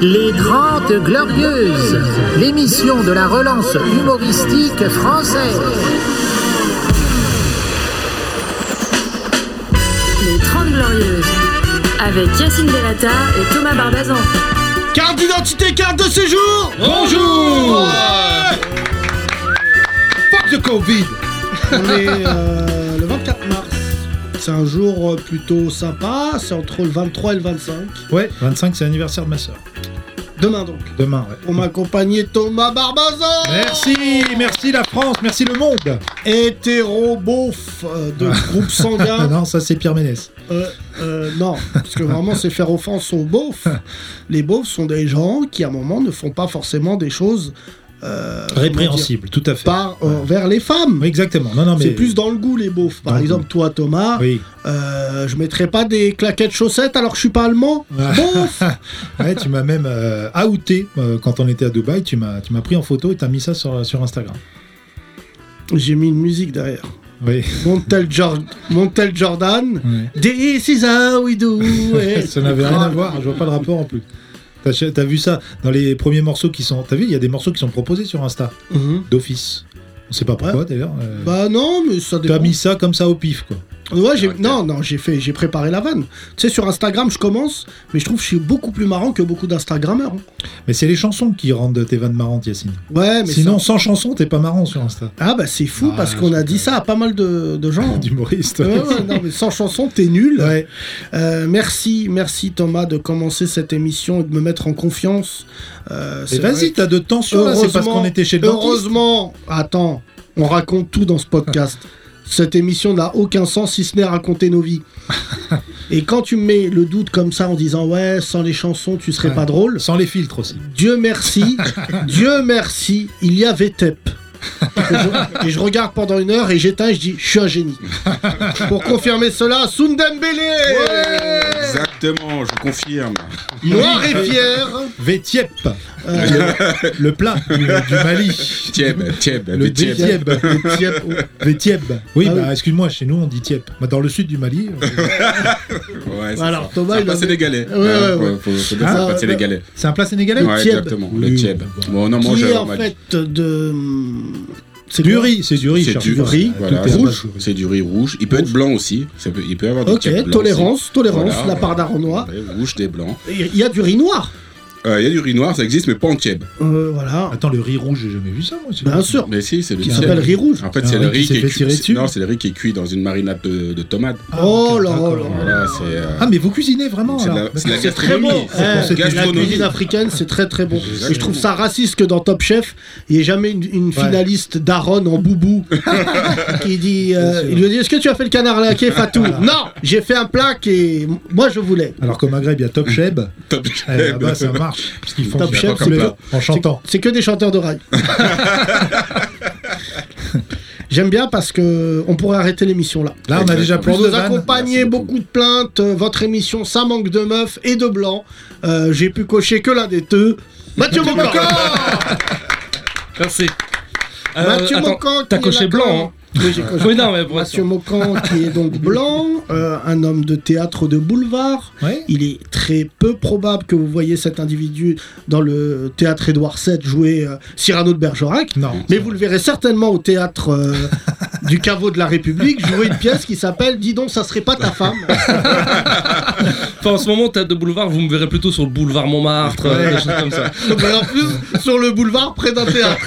Les Grandes Glorieuses, l'émission de la relance humoristique française. Les 30 Glorieuses, avec Yacine Delata et Thomas Barbazan. Carte d'identité, carte de séjour Bonjour Ouais Fuck the Covid On est euh, le 24 mars. C'est un jour euh, plutôt sympa. C'est entre le 23 et le 25. Ouais, 25, c'est l'anniversaire de ma sœur. Demain donc. Demain, ouais. Pour m'accompagner, Thomas Barbazan Merci, merci la France, merci le monde. Hétéro beauf euh, de groupe Ah sanguin. non, ça c'est Pierre Ménès. Euh, euh, non, parce que vraiment, c'est faire offense aux beaufs. Les beaufs sont des gens qui, à un moment, ne font pas forcément des choses euh, comment Répréhensible, tout à dire, fait. par envers les femmes. Oui, exactement. Non, non, mais C'est plus dans le goût, les beaufs. Par Dans le exemple, toi, Thomas, Oui. Euh, je mettrais pas des claquettes chaussettes alors que je suis pas allemand. Ouais. Beauf Ouais, tu m'as même euh, outé euh, quand on était à Dubaï. Tu m'as, tu m'as pris en photo et t'as mis ça sur, sur Instagram. J'ai mis une musique derrière. Oui. Montel, Jor- Montel Jordan. Ouais. This is how we do. it. ça n'avait rien à voir. Je vois pas le rapport en plus. T'as, ch- t'as vu ça dans les premiers morceaux qui sont. T'as vu, il y a des morceaux qui sont proposés sur Insta Mhm. d'office. On sait pas pourquoi d'ailleurs. euh, Bah non, mais ça dépend. t'as mis ça comme ça au pif quoi. Ouais, j'ai- non, non, j'ai fait, j'ai préparé la vanne. Tu sais, sur Instagram, je commence, mais je trouve que je suis beaucoup plus marrant que beaucoup d'Instagrammeurs. hein. Mais c'est les chansons qui rendent tes vannes marrantes, Yacine. Ouais, mais Sinon, ça- sans chanson, t'es pas marrant sur Insta. Ah bah c'est fou Ah, parce qu'on a c'est- dit ça à pas mal de, de gens. D'humoriste. Ouais, ouais, non, mais sans chanson, t'es nul. Ouais. Euh, merci, merci Thomas de commencer cette émission et de me mettre en confiance. Euh, Mais c'est vrai vas-y, que- t'as de tension là, c'est parce Heureusement- qu'on était chez le dentiste. Heureusement, attends, on raconte tout dans ce podcast. Cette émission n'a aucun sens si ce n'est raconter nos vies. et quand tu me mets le doute comme ça en disant ouais, sans les chansons, tu serais Ouais. pas drôle. Sans les filtres aussi. Dieu merci, Dieu merci, il y avait TEP. Et je, et je regarde pendant une heure et j'éteins et je dis je suis un génie. Pour confirmer cela, Sundembele Exactement, je confirme. Noir et fier Euh, Vétiep, Euh. le, le plat du, du Mali. Tieb, Tieb, Le mais Tieb. Vétieb. Vétieb. Oui, Ah bah, oui. excuse-moi, chez nous on dit Tiep. Bah, dans le sud du Mali, euh, Ouais, c'est Alors, ça. Thomas, C'est un il plat avait- sénégalais. Ouais, ouais, ouais. Hein, Faut, faut- faut dire Ah, ça, un plat bah, sénégalais. c'est un plat sénégalais Le ouais, Tieb. exactement. Oui, le Tieb. bah, Bon, on en mange qui est euh, au en Mali. fait de... C'est du quoi riz, c'est du riz. C'est cher. du Voilà, riz, tout voilà, est à rouge. base de riz. C'est du riz rouge. Il peut être blanc aussi. Ça peut- il peut y avoir du Ok, Tieb blanc tolérance, aussi. tolérance, Voilà, la part ouais. d'Aranois. Ouais, Rouge des blancs. Il y a du riz noir. Euh, Il y a du riz noir, ça existe, mais pas en Tieb. Euh, voilà. Ah, Attends, le riz rouge, j'ai jamais vu ça, moi. c'est- Bien sûr. Mais si, c'est le Qui Tieb. s'appelle riz rouge. Ah En fait, Un c'est riz le qui riz s'est qui est fait cuit. tirer dessus. Non, c'est le riz qui est cuit dans une marinade de, de tomates. Ah, Oh ok, là d'accord. là. Voilà, c'est. euh, Ah, mais vous cuisinez vraiment c'est de là la, c'est de la Parce que- Très bon. gastronomie. Eh, c'est la gastronomie. cuisine africaine, c'est très très bon. Exactement. Et je trouve ça raciste que dans Top Chef, il n'y ait jamais une, une Ouais. finaliste d'Aaron en boubou qui dit, euh, Bien sûr. il lui dit, est-ce que tu as fait le canard laqué, Fatou Non, j'ai fait un plat qui, est- moi, je voulais. Alors qu'au Maghreb, il y a Top Cheb. Top Eh, Chef. Là-bas, ça marche. Parce qu'ils font Top du Chef, comme c'est ça, plat. en chantant. C'est que des chanteurs de rail. J'aime bien parce que on pourrait arrêter l'émission là. Là, on a déjà plus Pour de nous vannes. accompagner, Merci beaucoup. beaucoup de plaintes. euh, Votre émission, ça manque de meufs et de blancs. Euh, J'ai pu cocher que l'un des deux. Mathieu Mocan Merci. Euh, Mathieu attends, Mocan t'as qui est coché d'accord. blanc, hein. Oui, j'ai coché. Oui, non, mais bon, Mathieu Mocan, qui est donc blanc, euh, un homme de théâtre de boulevard. Ouais. Il est très peu probable que vous voyez cet individu dans le théâtre Édouard VII jouer euh, Cyrano de Bergerac. Non. Mais vous le verrez certainement au théâtre euh, du caveau de la République jouer une pièce qui s'appelle Dis donc, ça serait pas ta femme. Enfin, en ce moment, tête de boulevard, vous me verrez plutôt sur le boulevard Montmartre, euh, des choses comme ça. Mais en plus, sur le boulevard près d'un théâtre.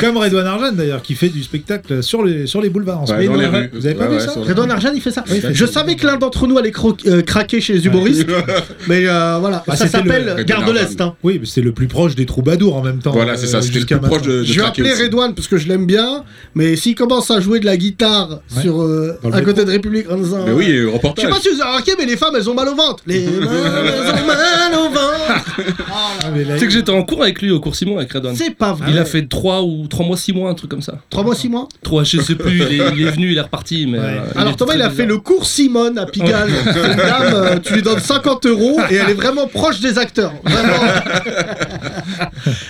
Comme Redouane Arjane d'ailleurs, qui fait du spectacle sur les, sur les boulevards en ce Ouais, moment. dans les Vous rues. avez pas Ouais, vu ouais, ça sur les- Redouane Arjan, il fait ça. Oui, c'est Je ça. savais que l'un d'entre nous allait cro- euh, craquer chez les humoristes, mais euh, voilà, Bah, ça c'était le- s'appelle Redouane Gare de l'Est. hein. Oui, mais c'est le plus proche des troubadours en même temps. euh, Voilà, c'est ça, c'était le jusqu'à plus proche maintenant. de- Je vais craquer appeler aussi. Redouane parce que je l'aime bien, mais s'il commence à jouer de la guitare Ouais. sur euh, Dans le à métro. côté de République en disant, euh, Mais oui, il y a eu un Je sais reportage. pas si vous avez remarqué, mais les femmes elles ont mal au ventre. Les femmes, elles ont mal au ventre. Ah, mais là, Tu sais que j'étais en cours avec lui au cours Simon avec Redon. C'est pas vrai. Il a fait 3 ou 3 mois, 6 mois, un truc comme ça. 3 mois, 6 mois. 3, je sais plus, il est, il est venu, il est reparti, mais. Ouais. euh, Alors est Thomas, très il a bizarre. fait le cours Simone à Pigalle. C'est une dame, euh, tu lui donnes 50 euros et elle est vraiment proche des acteurs. Vraiment.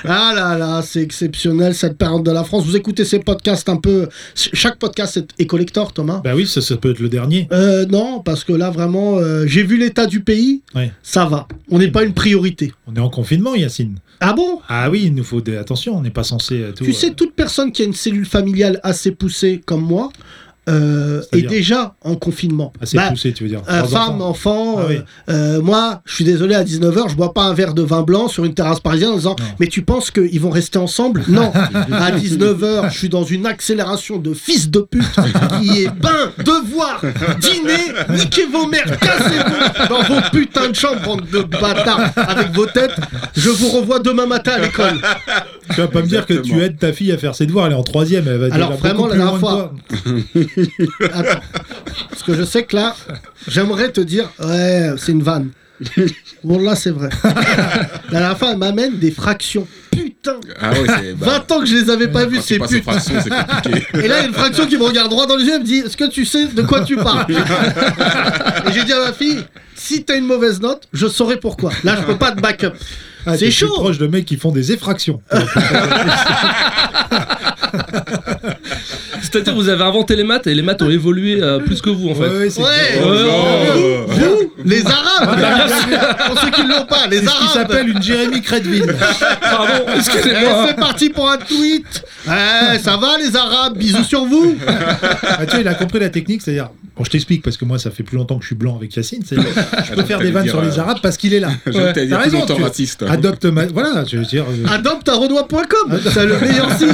ah là là, c'est exceptionnel cette période de la France. Vous écoutez ces podcasts un peu. Ch- Chaque podcast est- est collector, Thomas. Bah oui, ça, ça peut être le dernier. Euh, non, parce que là vraiment, euh, j'ai vu l'état du pays. Ouais. Ça va. On n'est pas une priorité. On est en confinement, Yacine. Ah bon Ah oui, il nous faut des... attention, on n'est pas censé euh, tout. Tu euh, sais, toute personne qui a une cellule familiale assez poussée comme moi euh, est C'est-à-dire déjà en confinement. assez Bah, poussé, tu veux dire. euh, Trois femme, enfants. enfant, Ah euh, oui. euh, moi, je suis désolé, à 19h, je bois pas un verre de vin blanc sur une terrasse parisienne en disant Non. Mais tu penses qu'ils vont rester ensemble Non À 19h, je suis dans une accélération de fils de pute qui est bain, devoir, dîner, niquez vos mères, cassez-vous dans vos putains de chambres, bande de bâtards, avec vos têtes. Je vous revois demain matin à l'école. Tu vas pas me dire que tu Exactement. aides ta fille à faire ses devoirs, elle est en troisième, elle va Alors, déjà vraiment, beaucoup la plus dernière loin que Attends. Parce que je sais que là, j'aimerais te dire, ouais, c'est une vanne. Bon, là, c'est vrai. Là, à la fin, elle m'amène des fractions. Putain Ah ouais, c'est. bah, 20 ans que je les avais pas vues, quand ces tu passes aux putes. fractions, c'est compliqué. Et là, il y a une fraction qui me regarde droit dans les yeux et me dit Est-ce que tu sais de quoi tu parles Et j'ai dit à ma fille Si t'as une mauvaise note, je saurai pourquoi. Là, je peux pas de backup. Ah, t'es c'est plus chaud proche de mecs qui font des effractions. C'est-à-dire, vous avez inventé les maths et les maths ont évolué euh, plus que vous en fait. ouais, c'est Ouais. exact. Oh. Vous, les Bah, Arabes Pour ceux qui ne l'ont pas, les C'est ce qui Arabes s'appelle une Jérémy Credville. Pardon, Eh, excusez-moi. c'est parti pour un tweet. Eh, ça va les Arabes, bisous sur vous. Ah, tu vois, il a compris la technique, c'est-à-dire. Bon, je t'explique parce que moi, ça fait plus longtemps que je suis blanc avec Yacine. c'est- Ah, Je peux faire t'allais des vannes dire, sur les euh, Arabes parce qu'il est là. T'as J'allais te dire plus raison, longtemps tu- raciste. Ah, Ah. Adopte ma. Voilà, je veux dire. euh, Adopte à Renoir.com, c'est le meilleur site.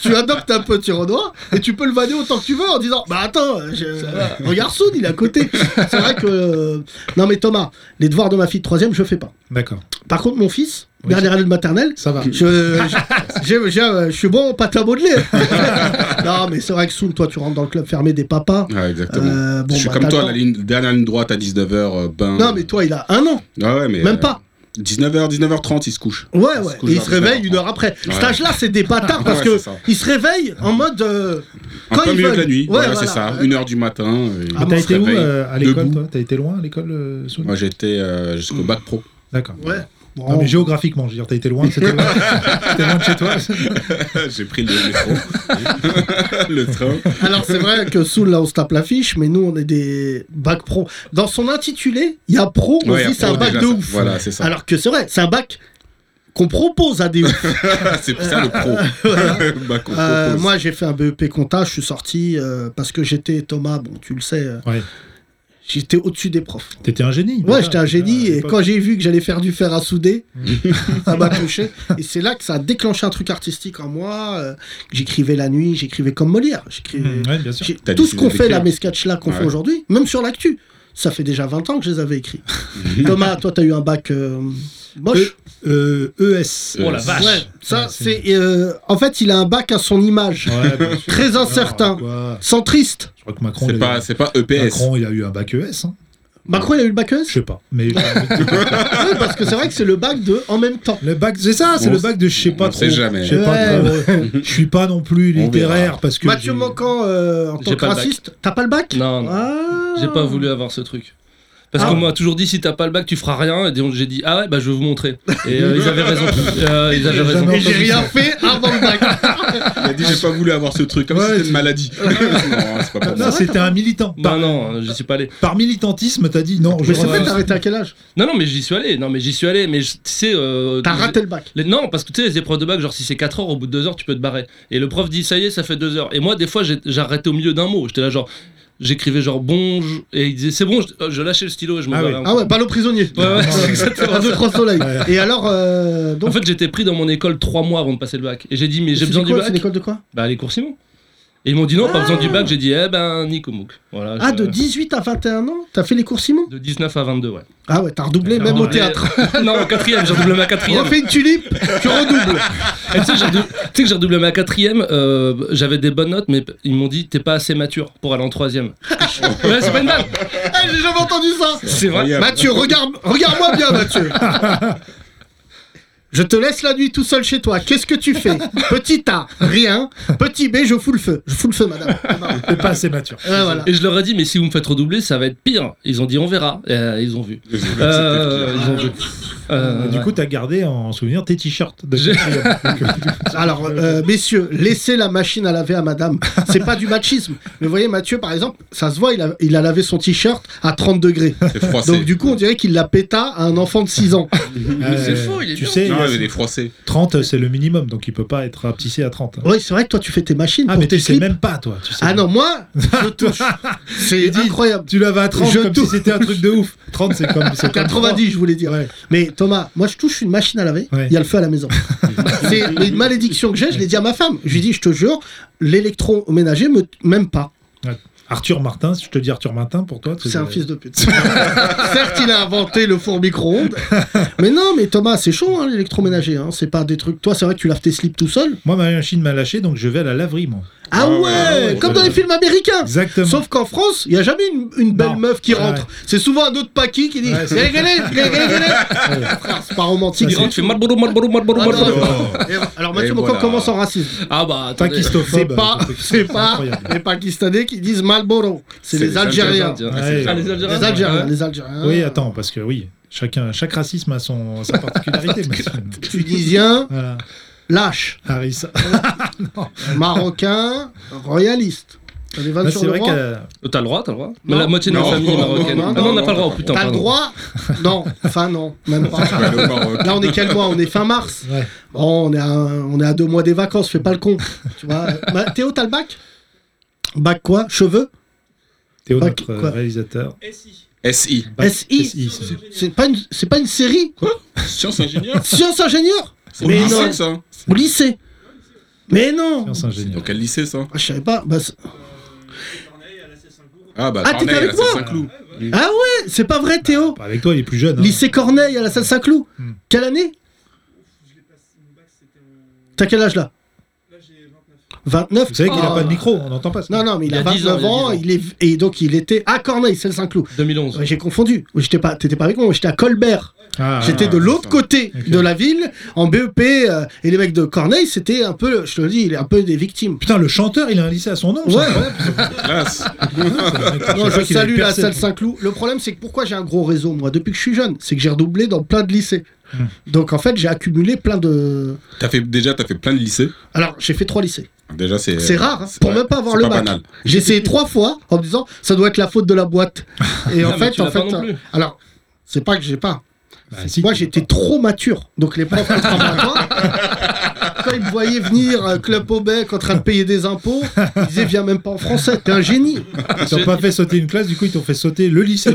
Tu adoptes un petit Renoir et tu peux le vanner autant que tu veux en disant Bah attends, je... regarde Soud, il est à côté. C'est vrai que. Non mais Thomas, les devoirs de ma fille de 3 je fais pas. D'accord, Par contre, mon fils, Oui. dernière année de maternelle, ça va. je, je, je- je suis bon au pâte à modeler. non mais c'est vrai que Soud, toi tu rentres dans le club fermé des papas. Ah, exactement. Euh, bon, je suis bah, comme toi, t'as la le ligne, dernière ligne droite à 19h, ben. Non mais toi il a un an, Ah ouais, mais, même euh, pas. 19h, 19h30, il se couche. Ouais, se ouais. couche Et ils vers se réveillent 19h30. une heure après. Ouais. Cet âge-là, c'est des bâtards parce Ouais, que c'est ça. ils se réveillent en mode. euh, Un quand peu ils mieux veulent. que la nuit. Ouais, voilà, c'est voilà. Ah, ça. 1h du matin. et- Mais on T'as se été où réveille. euh, à l'école, Debout. toi T'as été loin à l'école, euh, Soud Moi, j'étais euh, jusqu'au bac pro. D'accord. Ouais. Non, mais géographiquement, je veux dire, t'as été loin, c'était loin, c'était loin de chez toi. J'ai pris le métro. le train. Alors, c'est vrai que Soul, là, on se tape l'affiche, mais nous, on est des bacs pro. Dans son intitulé, il y a pro, on Ouais, se dit c'est après, un bac déjà, de ça- ouf. Voilà, c'est ça. Alors que c'est vrai, c'est un bac qu'on propose à des oufs. c'est ça le pro. Bah, qu'on Euh, propose. moi, j'ai fait un BEP compta, je suis sorti euh, parce que j'étais Thomas, bon, tu le sais, euh, Ouais. j'étais au-dessus des profs. T'étais un génie. Ouais, voilà, j'étais un génie à et l'époque. Mm. quand j'ai vu que j'allais faire du fer à souder, ça m'a touché. Et c'est là que ça a déclenché un truc artistique en moi. euh, que j'écrivais la nuit, j'écrivais comme Molière. J'écrivais... Mmh, ouais, bien sûr. j'ai- T'as Tout ce qu'on décidé fait là, hein. d'écrire. mes sketchs-là qu'on fait Ouais. aujourd'hui, même sur l'actu, ça fait déjà 20 ans que je les avais écrits. Thomas, toi, t'as eu un bac euh, moche. E, Euh, ES. Oh la vache. ouais, ça, Ouais, c'est. c'est- euh, en fait, il a un bac à son image. Ouais, bien sûr. Très incertain. Alors, quoi, Centriste. Je crois que Macron. il C'est a pas, eu- c'est pas E EPS. Macron, il a eu un bac ES. hein. Macron, il a eu le bac ES Je sais pas. Mais Ouais, parce que c'est vrai que c'est le bac de en même temps. le bac, c'est ça, c'est On le s- bac de je sais on pas trop. sait jamais. Je sais pas trop. Je suis pas non plus On littéraire verra. parce que. Mathieu j'ai- Mancan, euh, en tant J'ai que pas le bac. raciste, t'as pas le bac Non, non. Ah. J'ai pas voulu avoir ce truc. Parce Ah. qu'on m'a toujours dit si t'as pas le bac tu feras rien et donc j'ai dit ah ouais bah je vais vous montrer et euh, ils avaient raison Euh, ils avaient raison Et j'ai rien fait avant le bac. Il a dit j'ai pas voulu avoir ce truc comme si Ouais, c'était une maladie. non, c'est pas Non, pour moi. c'était un militant. Par, non non j'y suis pas allé par militantisme, t'as dit non. Je Mais c'est Ouais. vrai, t'as arrêté à quel âge non non mais j'y suis allé non mais j'y suis allé mais je- tu sais euh, T'as les- raté le bac. les- non parce que tu sais les épreuves de bac genre si c'est 4 heures au bout de 2 heures tu peux te barrer et le prof dit ça y est ça fait 2 heures et moi des fois j'ai- j'arrêtais au milieu d'un mot j'étais là genre j'écrivais genre bonjour et il disait c'est bon je, je lâchais le stylo et je me Ah barrais oui. en Ah ouais, balle au prisonnier. Ouais, ouais, c'est Un, deux, trois soleils. Et alors, euh, donc. en fait, j'étais pris dans mon école trois mois avant de passer le bac. Et j'ai dit, mais j'ai c'est besoin du quoi, bac. C'est l'école de quoi Bah, les cours Simon. Et ils m'ont dit non, pas besoin du bac. J'ai dit, eh ben, Nicomouk. Voilà, Ah, je- de 18 à 21 ans T'as fait les cours Simon de 19 à 22, ouais. Ah ouais, t'as redoublé même au Et- théâtre. non, en quatrième, j'ai redoublé ma quatrième. Refais une tulipe, tu redoubles. Et tu sais, j'ai redou- tu sais que j'ai redoublé ma quatrième, euh, j'avais des bonnes notes, mais ils m'ont dit, t'es pas assez mature pour aller en troisième. ouais, c'est pas une balle. Eh, J'ai jamais entendu ça. C'est vrai. Incroyable. Mathieu, regarde, regarde-moi bien, Mathieu. Je te laisse la nuit tout seul chez toi. Qu'est-ce que tu fais Petit A, rien. Petit B, je fous le feu. Je fous le feu, madame. T'es pas assez mature. Ouais, voilà. Et je leur ai dit, mais si vous me faites redoubler, ça va être pire. Ils ont dit, on verra. Et, euh, ils ont vu. Euh, ils ont vu. Euh, du ouais. coup, t'as gardé en souvenir tes t-shirts. de- J'ai- Donc, euh, Alors, euh, messieurs, laissez la machine à laver à madame. C'est pas du machisme. Mais vous voyez, Mathieu, par exemple, ça se voit, il a, il a lavé son t-shirt à 30 degrés. Ah, C'est froissé. Donc, du coup, on dirait qu'il l'a péta à un enfant de 6 ans. Mais c'est euh, faux, il est Tu bien. sais, non, il y il a- est froissé. 30, c'est le minimum, donc il peut pas être rapetissé à 30. Oui, c'est vrai que toi, tu fais tes machines Ah, pour mais tes tu sais clips. même pas, toi. Tu sais Ah pas. non, moi, je touche. C'est incroyable. Tu l'avais à 30 Je comme tou- si c'était un truc de ouf. 30, c'est comme. c'est comme 90, je voulais dire. Ouais. Mais Thomas, moi je touche une machine à laver, il Ouais. y a le feu à la maison. c'est une malédiction que j'ai, je l'ai dit à ma femme. Je lui ai dit, je te jure, l'électroménager, me... même pas. Arthur Martin, si je te dis Arthur Martin, pour toi, C'est un fils de pute. Certes, il a inventé le four micro-ondes. mais non, mais Thomas, c'est chaud, hein, l'électroménager. hein. C'est pas des trucs. Toi, c'est vrai que tu laves tes slips tout seul. Moi, ma machine m'a lâché, donc je vais à la laverie, moi. Ah, Ah ouais, ouais, ouais, ouais, Comme ouais, dans les ouais. films américains. Exactement. Sauf qu'en France, il n'y a jamais une, une belle Non. meuf qui Ouais, rentre. C'est souvent un autre paquis qui dit Ouais, c'est- Gélé, gélé, gélé, gélé, gélé. Frère, C'est pas romantique. Il rentre, il fait Marlboro, Marlboro, Marlboro, Ah, Marlboro. Euh, non. Et- Alors Mathieu, Et Moncon voilà. commence en racisme. Ah bah, Pas attendez. C'est Christophobe. pas, c'est pas incroyable. les Pakistanais qui disent Malboro, c'est les Algériens. Les Ouais. Ah, les Algériens. Les Algériens, Ouais. les Algériens. Oui, attends, parce que oui, chacun, chaque racisme a son, sa particularité. mais- Tunisiens, Voilà. lâches. Harris. Marocain, royaliste. T'as des vannes Là, sur Ah, c'est le vrai roi qu'à. T'as le droit, t'as le droit. Mais Non. la moitié de ma Non. famille est marocaine. Non, Ah non, on n'a non, pas le droit, non. oh putain. T'as le pardon. droit Non, enfin non, même pas. Tu vas aller au Maroc. Là, on est quel mois On est fin mars. Ouais. Bon, on est, à, on est à deux mois des vacances, fais pas le con. Tu vois Bah, Théo, t'as le bac Bac quoi Cheveux Théo, Pas notre qui- euh, quoi. réalisateur. SI. Bac- SI. SI, c'est- C'est pas, une- c'est pas une série Science ingénieur Science ingénieur C'est au Mais lycée, non. ça hein. Au lycée Mais non Science ingénieur. Dans quel lycée, ça Ah, Je savais pas. Bah, c'est- Ah, bah, Ah, t'étais Corneille, avec là, moi c'est Saint-Cloud. ah ouais C'est pas vrai, Théo Pas avec toi, il est plus jeune. hein. Lycée Corneille à la salle Saint-Cloud. Ah, Hmm. Quelle année T'as quel âge là Ah. Là j'ai 29. Vous savez qu'il n'a Oh. pas de micro, on n'entend pas ça. Non, non, mais il, Il a y a 10 ans, 29 ans, il y a 10 il est... et donc il était à Corneille, celle Saint-Cloud. 2011. Ouais, j'ai confondu. Oui, J'étais pas, t'étais pas avec moi, moi, j'étais à Colbert. Ah, j'étais de l'autre ça. côté Ok. de la ville, en BEP, euh, et les mecs de Corneille, c'était un peu, je te le dis, il est un peu des victimes. Putain, le chanteur, il a un lycée à son nom. Ouais. Classe. Non, je salue la salle salle Saint-Cloud. Le problème, c'est que pourquoi j'ai un gros réseau, moi, depuis que je suis jeune, c'est que j'ai redoublé dans plein de lycées. Hmm. Donc, en fait, j'ai accumulé plein de. T'as fait, déjà, t'as fait plein de lycées. Alors, j'ai fait trois lycées. Déjà, c'est. C'est rare, hein, pour ouais, même pas avoir c'est le pas bac. banal. J'ai essayé trois fois en me disant, ça doit être la faute de la boîte. Et en Ah, mais fait, tu en l'as pas fait. non euh, plus. Alors, c'est pas que j'ai pas. Bah, Moi, j'étais trop mature. Donc, les profs, contrairement à toi, quand ils me voyaient venir, euh, club au bec, en train de payer des impôts, ils disaient, viens même pas en français, t'es un génie. Ils n'ont pas fait sauter une classe, du coup, ils t'ont fait sauter le lycée.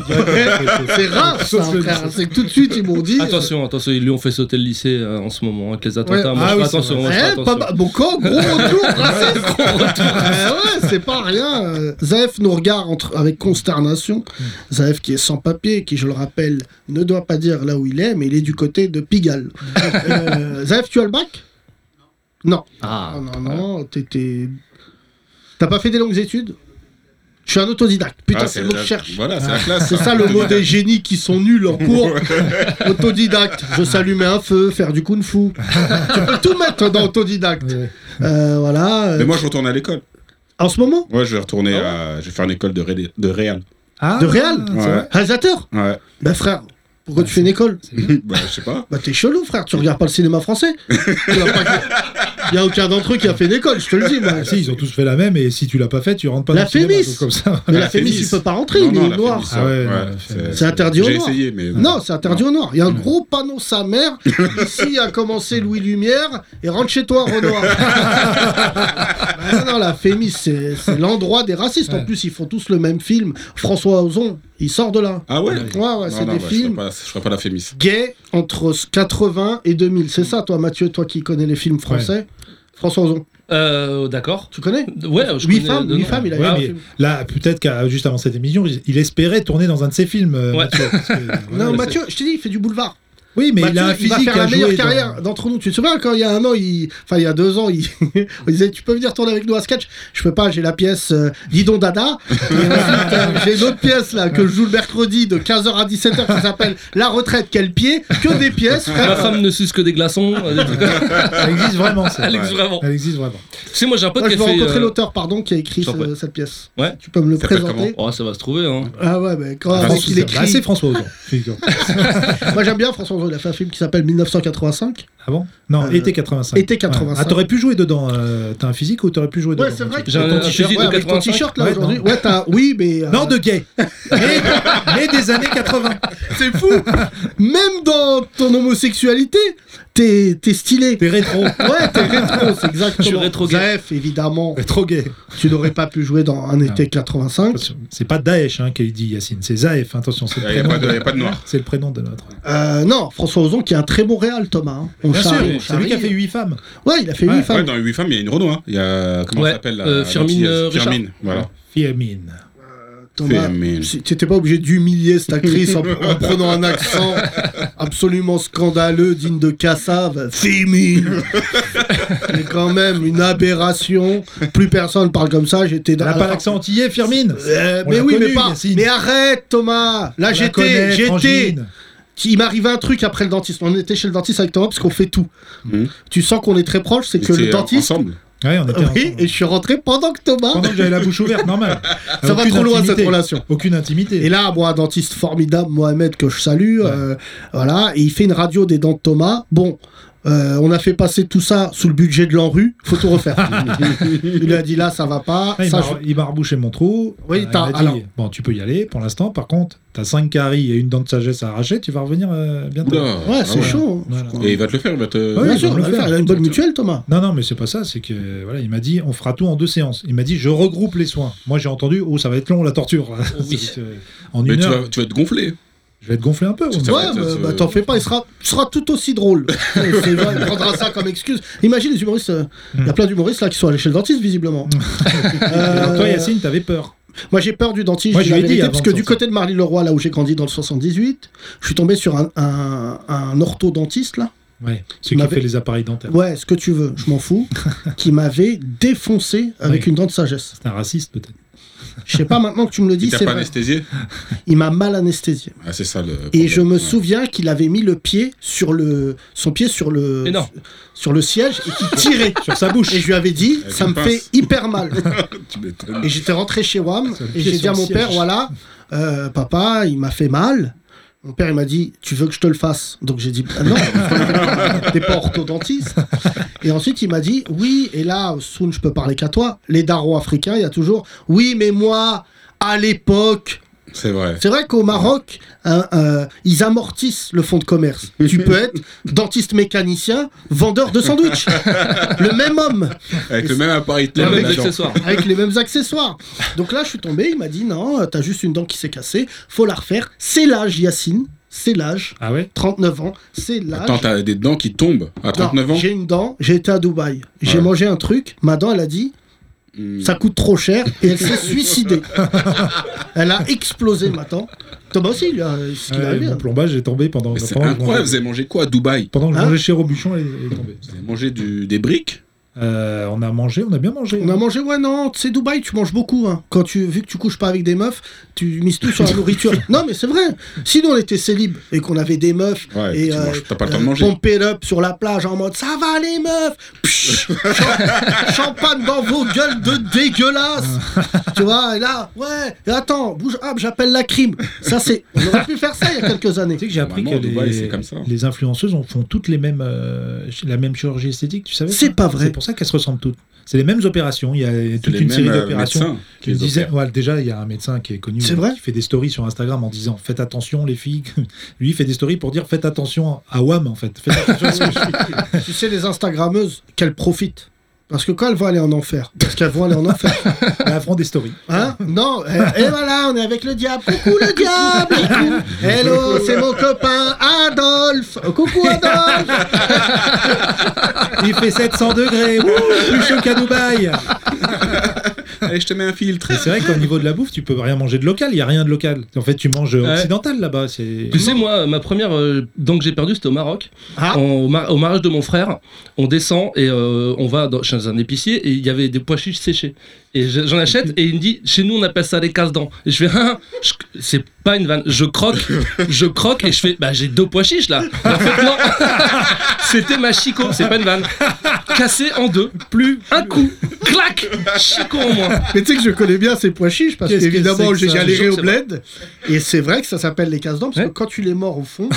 C'est rare, ça, Sauf le frère. lycée. C'est que tout de suite, ils m'ont dit. Attention, attention, ils lui ont fait sauter le lycée euh, en ce moment avec les attentats. Ouais. Moi, Ah je oui, fais c'est attention, moi, je fais Eh, pas attention. mal. bon camp, gros retour, raciste. Eh ouais, c'est pas rien. Euh, Zaef nous regarde entre, avec consternation. Hmm. Zaef qui est sans papier, qui, je le rappelle, ne doit pas dire là où il est, mais il est du côté de Pigalle. Euh, Zaef, tu as le bac Non. Ah, Non, non, non, t'étais. T'as pas fait des longues études Je suis un autodidacte. Putain, Ah, c'est le mot que je cherche. Voilà, c'est la classe. C'est hein. ça le mot des génies qui sont nuls en cours. autodidacte, je s'allumer un feu, faire du kung fu. tu peux tout mettre dans autodidacte. Euh, voilà. euh, Mais moi, je retourne à l'école. En ce moment Ouais, je vais retourner Ah à. Je vais faire une école de, Ré- de Réal. Ah, De Real c'est Ouais. vrai. Réalisateur Ouais. Bah frère, pourquoi tu fais une école bah, je sais pas. Bah t'es chelou frère, tu regardes pas le cinéma français. Il y a aucun d'entre eux qui a fait une école, je te le dis. moi. Ah, si, ils ont tous fait la même, et si tu l'as pas faite, tu rentres pas La dans le cinéma, Fémis. donc comme ça. Mais la La Fémis, il Fémis. peut pas rentrer, il est la noir. Fémis, Ah ouais, ouais, non, la Fémis. C'est interdit au J'ai noir. essayé, mais. Non, c'est interdit au Nord. Il y a un gros panneau sa mère. Ici a commencé Louis Lumière et rentre chez toi, Renoir. Bah non, non, la Fémis, c'est c'est l'endroit des racistes. En plus, ils font tous le même film. François Ozon, il sort de là. Ah ouais Ouais, ouais, c'est des bah, Je ferai films pas, je ferai pas la Fémis. gays entre 80 et 2000. C'est ça, toi, Mathieu, toi qui connais les films français. François Ozon, Euh, d'accord. tu connais Ouais, je Huit connais femmes, le huit nom. femmes, il a Ouais, eu un mais film. là, peut-être qu'à juste avant cette émission, il espérait tourner dans un de ses films. euh, Ouais. Mathieu, parce que, voilà, Non, il- Mathieu, je t'ai dit, Bah, il fait du boulevard. Oui, mais il Mathieu, a un va physique faire à la meilleure jouer dans- carrière d'entre nous. Tu te souviens quand il y a un an, il... enfin il y a deux ans, il... on disait tu peux venir tourner avec nous un sketch. Je peux pas, j'ai la pièce euh, Didon Dada. Et ensuite, euh, j'ai une autre pièce là que je joue le mercredi de 15h à 17h qui s'appelle La retraite quel pied. Que des pièces, Ma frère. femme ne suce que des glaçons. euh, des trucs comme ça. Elle existe vraiment, ça. Elle existe vraiment. Elle existe vraiment. Ah, Tu sais, moi j'ai un pote Là, qui je a vais fait. rencontrer euh, l'auteur pardon qui a écrit je t'en ce- prie. cette pièce. Ouais. Tu peux me le Ça s'appelle présenter Oh, ça va se trouver, hein. Ah ouais, mais quand François avec il Ozon. Bah, c'est écrit. François Ozon. figure. Moi j'aime bien François Ozon, il a fait un film qui s'appelle 1985. Ah bon Non, Euh, été 85. été 85. Ah, t'aurais pu jouer dedans. euh, T'as un physique ou t'aurais pu jouer dedans Ouais, c'est vrai que J'ai un ton fusil t-shirt de ouais, avec ton 85. t-shirt là Ouais, aujourd'hui. non. Ouais, t'as oui, mais euh, Non, de gay. mais, mais des années 80. C'est fou Même dans ton homosexualité, t'es t'es stylé. T'es rétro. Ouais, t'es rétro, c'est exactement. Je suis rétro gay. Bref, évidemment, Rétro gay. tu n'aurais pas pu jouer dans un été 85. Attention, C'est pas Daesh hein, qui dit Yacine, c'est Zaef. Attention, c'est le Il n'y a, prénom. pas de- y a pas de noir. C'est le prénom de notre. Euh, non, François Ozon qui est un très bon réal, Thomas. hein. On Bien charrie, on sûr, c'est charrie. lui qui a fait 8 femmes. Ouais, il a fait huit Ouais, femmes. Ouais, dans les 8 femmes, il y a une Renault. Hein. Il y a. Comment Ouais, ça s'appelle la- euh, Firmine, l'antillaise euh, Richard. Firmine, voilà. Firmine. Thomas, Féminin. si- t'étais pas obligé d'humilier cette actrice en, en prenant un accent absolument scandaleux, digne de Cassave. Féminin C'est quand même une aberration. Plus personne parle comme ça. J'étais dans Elle a pas la- l'accent antillais, Firmine Euh, On mais l'a oui, mais connue, pas. Yacine. Mais arrête, Thomas. Là, On la Ah, j'étais, connaît, j'étais. Frangine. Il m'arrivait un truc après le dentiste. On était chez le dentiste avec Thomas parce qu'on fait tout. Hmm. Mhm. Tu sens qu'on est très proche, c'est que C'était, le euh, dentiste. Ensemble. Ouais, on était Oui, ensemble. et je suis rentré pendant que Thomas. Pendant que j'avais la bouche ouverte, normal. Ça va Aucune trop loin, cette intimité. relation. Aucune intimité. Et là, moi, un dentiste formidable, Mohamed, que je salue, Ouais. euh, voilà, et il fait une radio des dents de Thomas. Bon, euh, on a fait passer tout ça sous le budget de l'ANRU, faut tout refaire. il a dit là, ça va pas. Ah, il ça, m'a- je- il m'a rebouché mon trou. Oui, Euh, il t'as- m'a dit, alors- Bon, tu peux y aller pour l'instant. Par contre, t'as 5 caries et une dent de sagesse à arracher. Tu vas revenir euh, bientôt. Oula. Ouais, Ah c'est chaud. hein. Voilà. Et il va te le faire, il va te. Ouais, Bien ils sûr, vont le il va le faire. faire. il a une bonne mutuelle, Thomas. Non, non, mais c'est pas ça. C'est que euh, voilà, il m'a dit, on fera tout en deux séances. Il m'a dit, je regroupe les soins. Moi, j'ai entendu, oh, ça va être long la torture. là. Oui. C'est- c'est- en Mais une tu heure, vas, tu vas te gonfler. je vais être gonflé un peu. Tu au te- moins. Ça Ouais, va être, mais, euh, bah, t'en fais pas, il sera, sera tout aussi drôle. C'est vrai, il prendra ça comme excuse. Imagine les humoristes, euh, il y a Mm. plein d'humoristes là qui sont allés chez le dentiste, visiblement. Euh, Alors, toi, Yacine, t'avais peur. Moi j'ai peur du dentiste, Moi, je je dis lui la ai dit vérité, avant parce de que du sortir. côté de Marie-Leroy, là où j'ai grandi dans le 78, je suis tombé sur un, un, un orthodontiste là. Ouais, ceux Il qui m'avait- fait les appareils dentaires. Ouais, ce que tu veux, je m'en fous, qui m'avait défoncé avec Oui. une dent de sagesse. C'est un raciste, peut-être. Je sais pas maintenant que tu me le dis, Il t'a c'est pas vrai. anesthésié. Il m'a mal anesthésié. Ah, c'est ça le. Et problème. je me Ouais. souviens qu'il avait mis le pied sur le son pied sur le Énorme. sur le siège et qu'il tirait Sur sa bouche. et je lui avais dit Avec ça une me pince. fait hyper mal. Tu m'étonnes. Et j'étais rentré chez WAM Ça me et pied j'ai dit sur à le mon siège. père, voilà, euh, papa, il m'a fait mal. Mon père, il m'a dit, tu veux que je te le fasse Donc j'ai dit, Ah non, t'es pas orthodontiste. Et ensuite, il m'a dit, oui, et là, Soon, je peux parler qu'à toi. Les darons africains, il y a toujours, oui, mais moi, à l'époque. C'est vrai. C'est vrai qu'au Maroc, hein, euh, ils amortissent le fonds de commerce. Tu peux être dentiste mécanicien, vendeur de sandwich. le même homme Avec le même appareil. Les le mêmes même agent. accessoires. avec les mêmes accessoires. Donc là, je suis tombé, il m'a dit non, euh, t'as juste une dent qui s'est cassée, faut la refaire. C'est l'âge, Yacine, c'est l'âge, Ah ouais 39 ans, c'est l'âge. Attends, t'as des dents qui tombent à 39 Non, ans. J'ai une dent, j'ai été à Dubaï, j'ai Ouais. mangé un truc, ma dent, elle a dit Hmm. ça coûte trop cher et elle s'est suicidée. elle a explosé ma dent. Thomas aussi, il a, ce qu'il Ouais, a arrivé, Mon hein. plombage est tombé pendant, Mais c'est pendant que je incroyable, vous mangeais- avez mangé quoi à Dubaï pendant que je Hein mangeais chez Robuchon, elle est elle est tombée. Vous avez mangé du- des briques Euh, on a mangé, on a bien mangé. On a mangé, ouais, non, c'est Dubaï, tu manges beaucoup. hein. Quand tu, vu que tu couches pas avec des meufs, tu mises tout sur la nourriture. non, mais c'est vrai. Sinon, on était célib et qu'on avait des meufs. Ouais, et euh, tu manges- t'as pas le temps de manger. pomper up sur la plage en mode ça va les meufs Psh, champ- Champagne dans vos gueules de dégueulasse Tu vois, et là, ouais, et attends, bouge hop, j'appelle la crime. Ça, c'est. On aurait pu faire ça il y a quelques années. Tu sais que j'ai appris que Normalement, au Dubaï, les, c'est comme ça. les influenceuses en font toutes les mêmes, euh, la même chirurgie esthétique, tu savais C'est ça pas vrai. C'est pour ça qu'elles se ressemblent toutes. C'est les mêmes opérations, il y a C'est toute les une série mêmes euh, d'opérations. médecins qui Une les dizaine- opèrent. ouais, déjà, il y a un médecin qui est connu C'est euh, vrai qui fait des stories sur Instagram en disant faites attention les filles. Lui, il fait des stories pour dire faites attention à WAM en fait. Faites attention à ce que je fais. Tu sais, les Instagrammeuses, qu'elles profitent. Parce que quand elles vont aller en enfer, parce qu'elles vont aller en enfer, Elle apprend des stories. Hein Non, et, et voilà, on est avec le diable. Coucou le diable il court. Hello, c'est mon copain Adolphe Coucou Adolphe Il fait 700 degrés, Ouh, plus chaud qu'à Dubaï. Allez, je te mets un filtre. Mais c'est vrai qu'au niveau de la bouffe, tu peux rien manger de local, il n'y a rien de local. En fait, tu manges Ouais. occidental là-bas. C'est... Tu sais, moi, ma première euh, dent que j'ai perdue, c'était au Maroc. Ah. En- au, mar- au mariage de mon frère, on descend et euh, on va dans- chez un épicier et il y avait des pois chiches séchés. Et je- j'en achète et il me dit Chez nous, on appelle ça les casse-dents. Et je fais Ah, je- C'est pas une vanne. Je croque, je croque et je fais Bah, j'ai deux pois chiches là. Et en fait, non. C'était ma chico, c'est pas une vanne. Cassé en deux, plus un coup, clac, chico en moins. Mais tu sais que je connais bien ces pois chiches parce Qu'est-ce que qu'évidemment c'est que j'ai ça Je sais galéré au pas. bled et c'est vrai que ça s'appelle les casse-dents parce Ouais. que quand tu les mords au fond,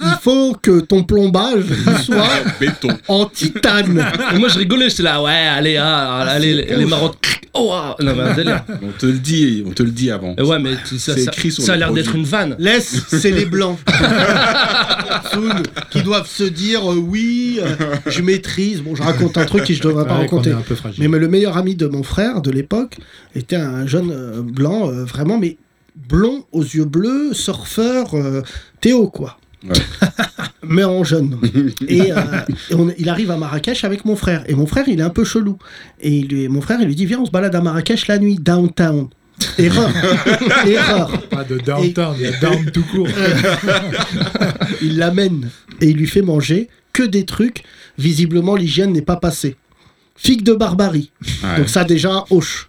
il faut que ton plombage soit Béton. en titane. Et moi, je rigolais, j'étais là Ouais, allez, ah, allez, les, les Marocs. Oh, ah. non, mais un délire. On te le dit, on te le dit avant. Eh ouais, mais tu- ça, C'est ça- écrit sur ça a le l'air produit. d'être une vanne. Laisse, c'est les blancs Soun, qui doivent se dire euh, oui, euh, je maîtrise. Bon, je raconte un truc que je devrais pas Ouais, qu'on est raconter. un peu fragile. Mais, mais le meilleur ami de mon frère de l'époque était un jeune euh, blanc, euh, vraiment, mais blond, aux yeux bleus, surfeur, euh, Théo, quoi. Ouais. mais en jeune. et euh, et on- il arrive à Marrakech avec mon frère. Et mon frère, il est un peu chelou. Et il lui- mon frère, il lui dit Viens, on se balade à Marrakech la nuit, downtown. Erreur. Erreur. Pas de downtown, il y a down tout court. Il l'amène et il lui fait manger que des trucs. Visiblement, l'hygiène n'est pas passée. Figue de barbarie. Ouais. Donc ça déjà, hoche.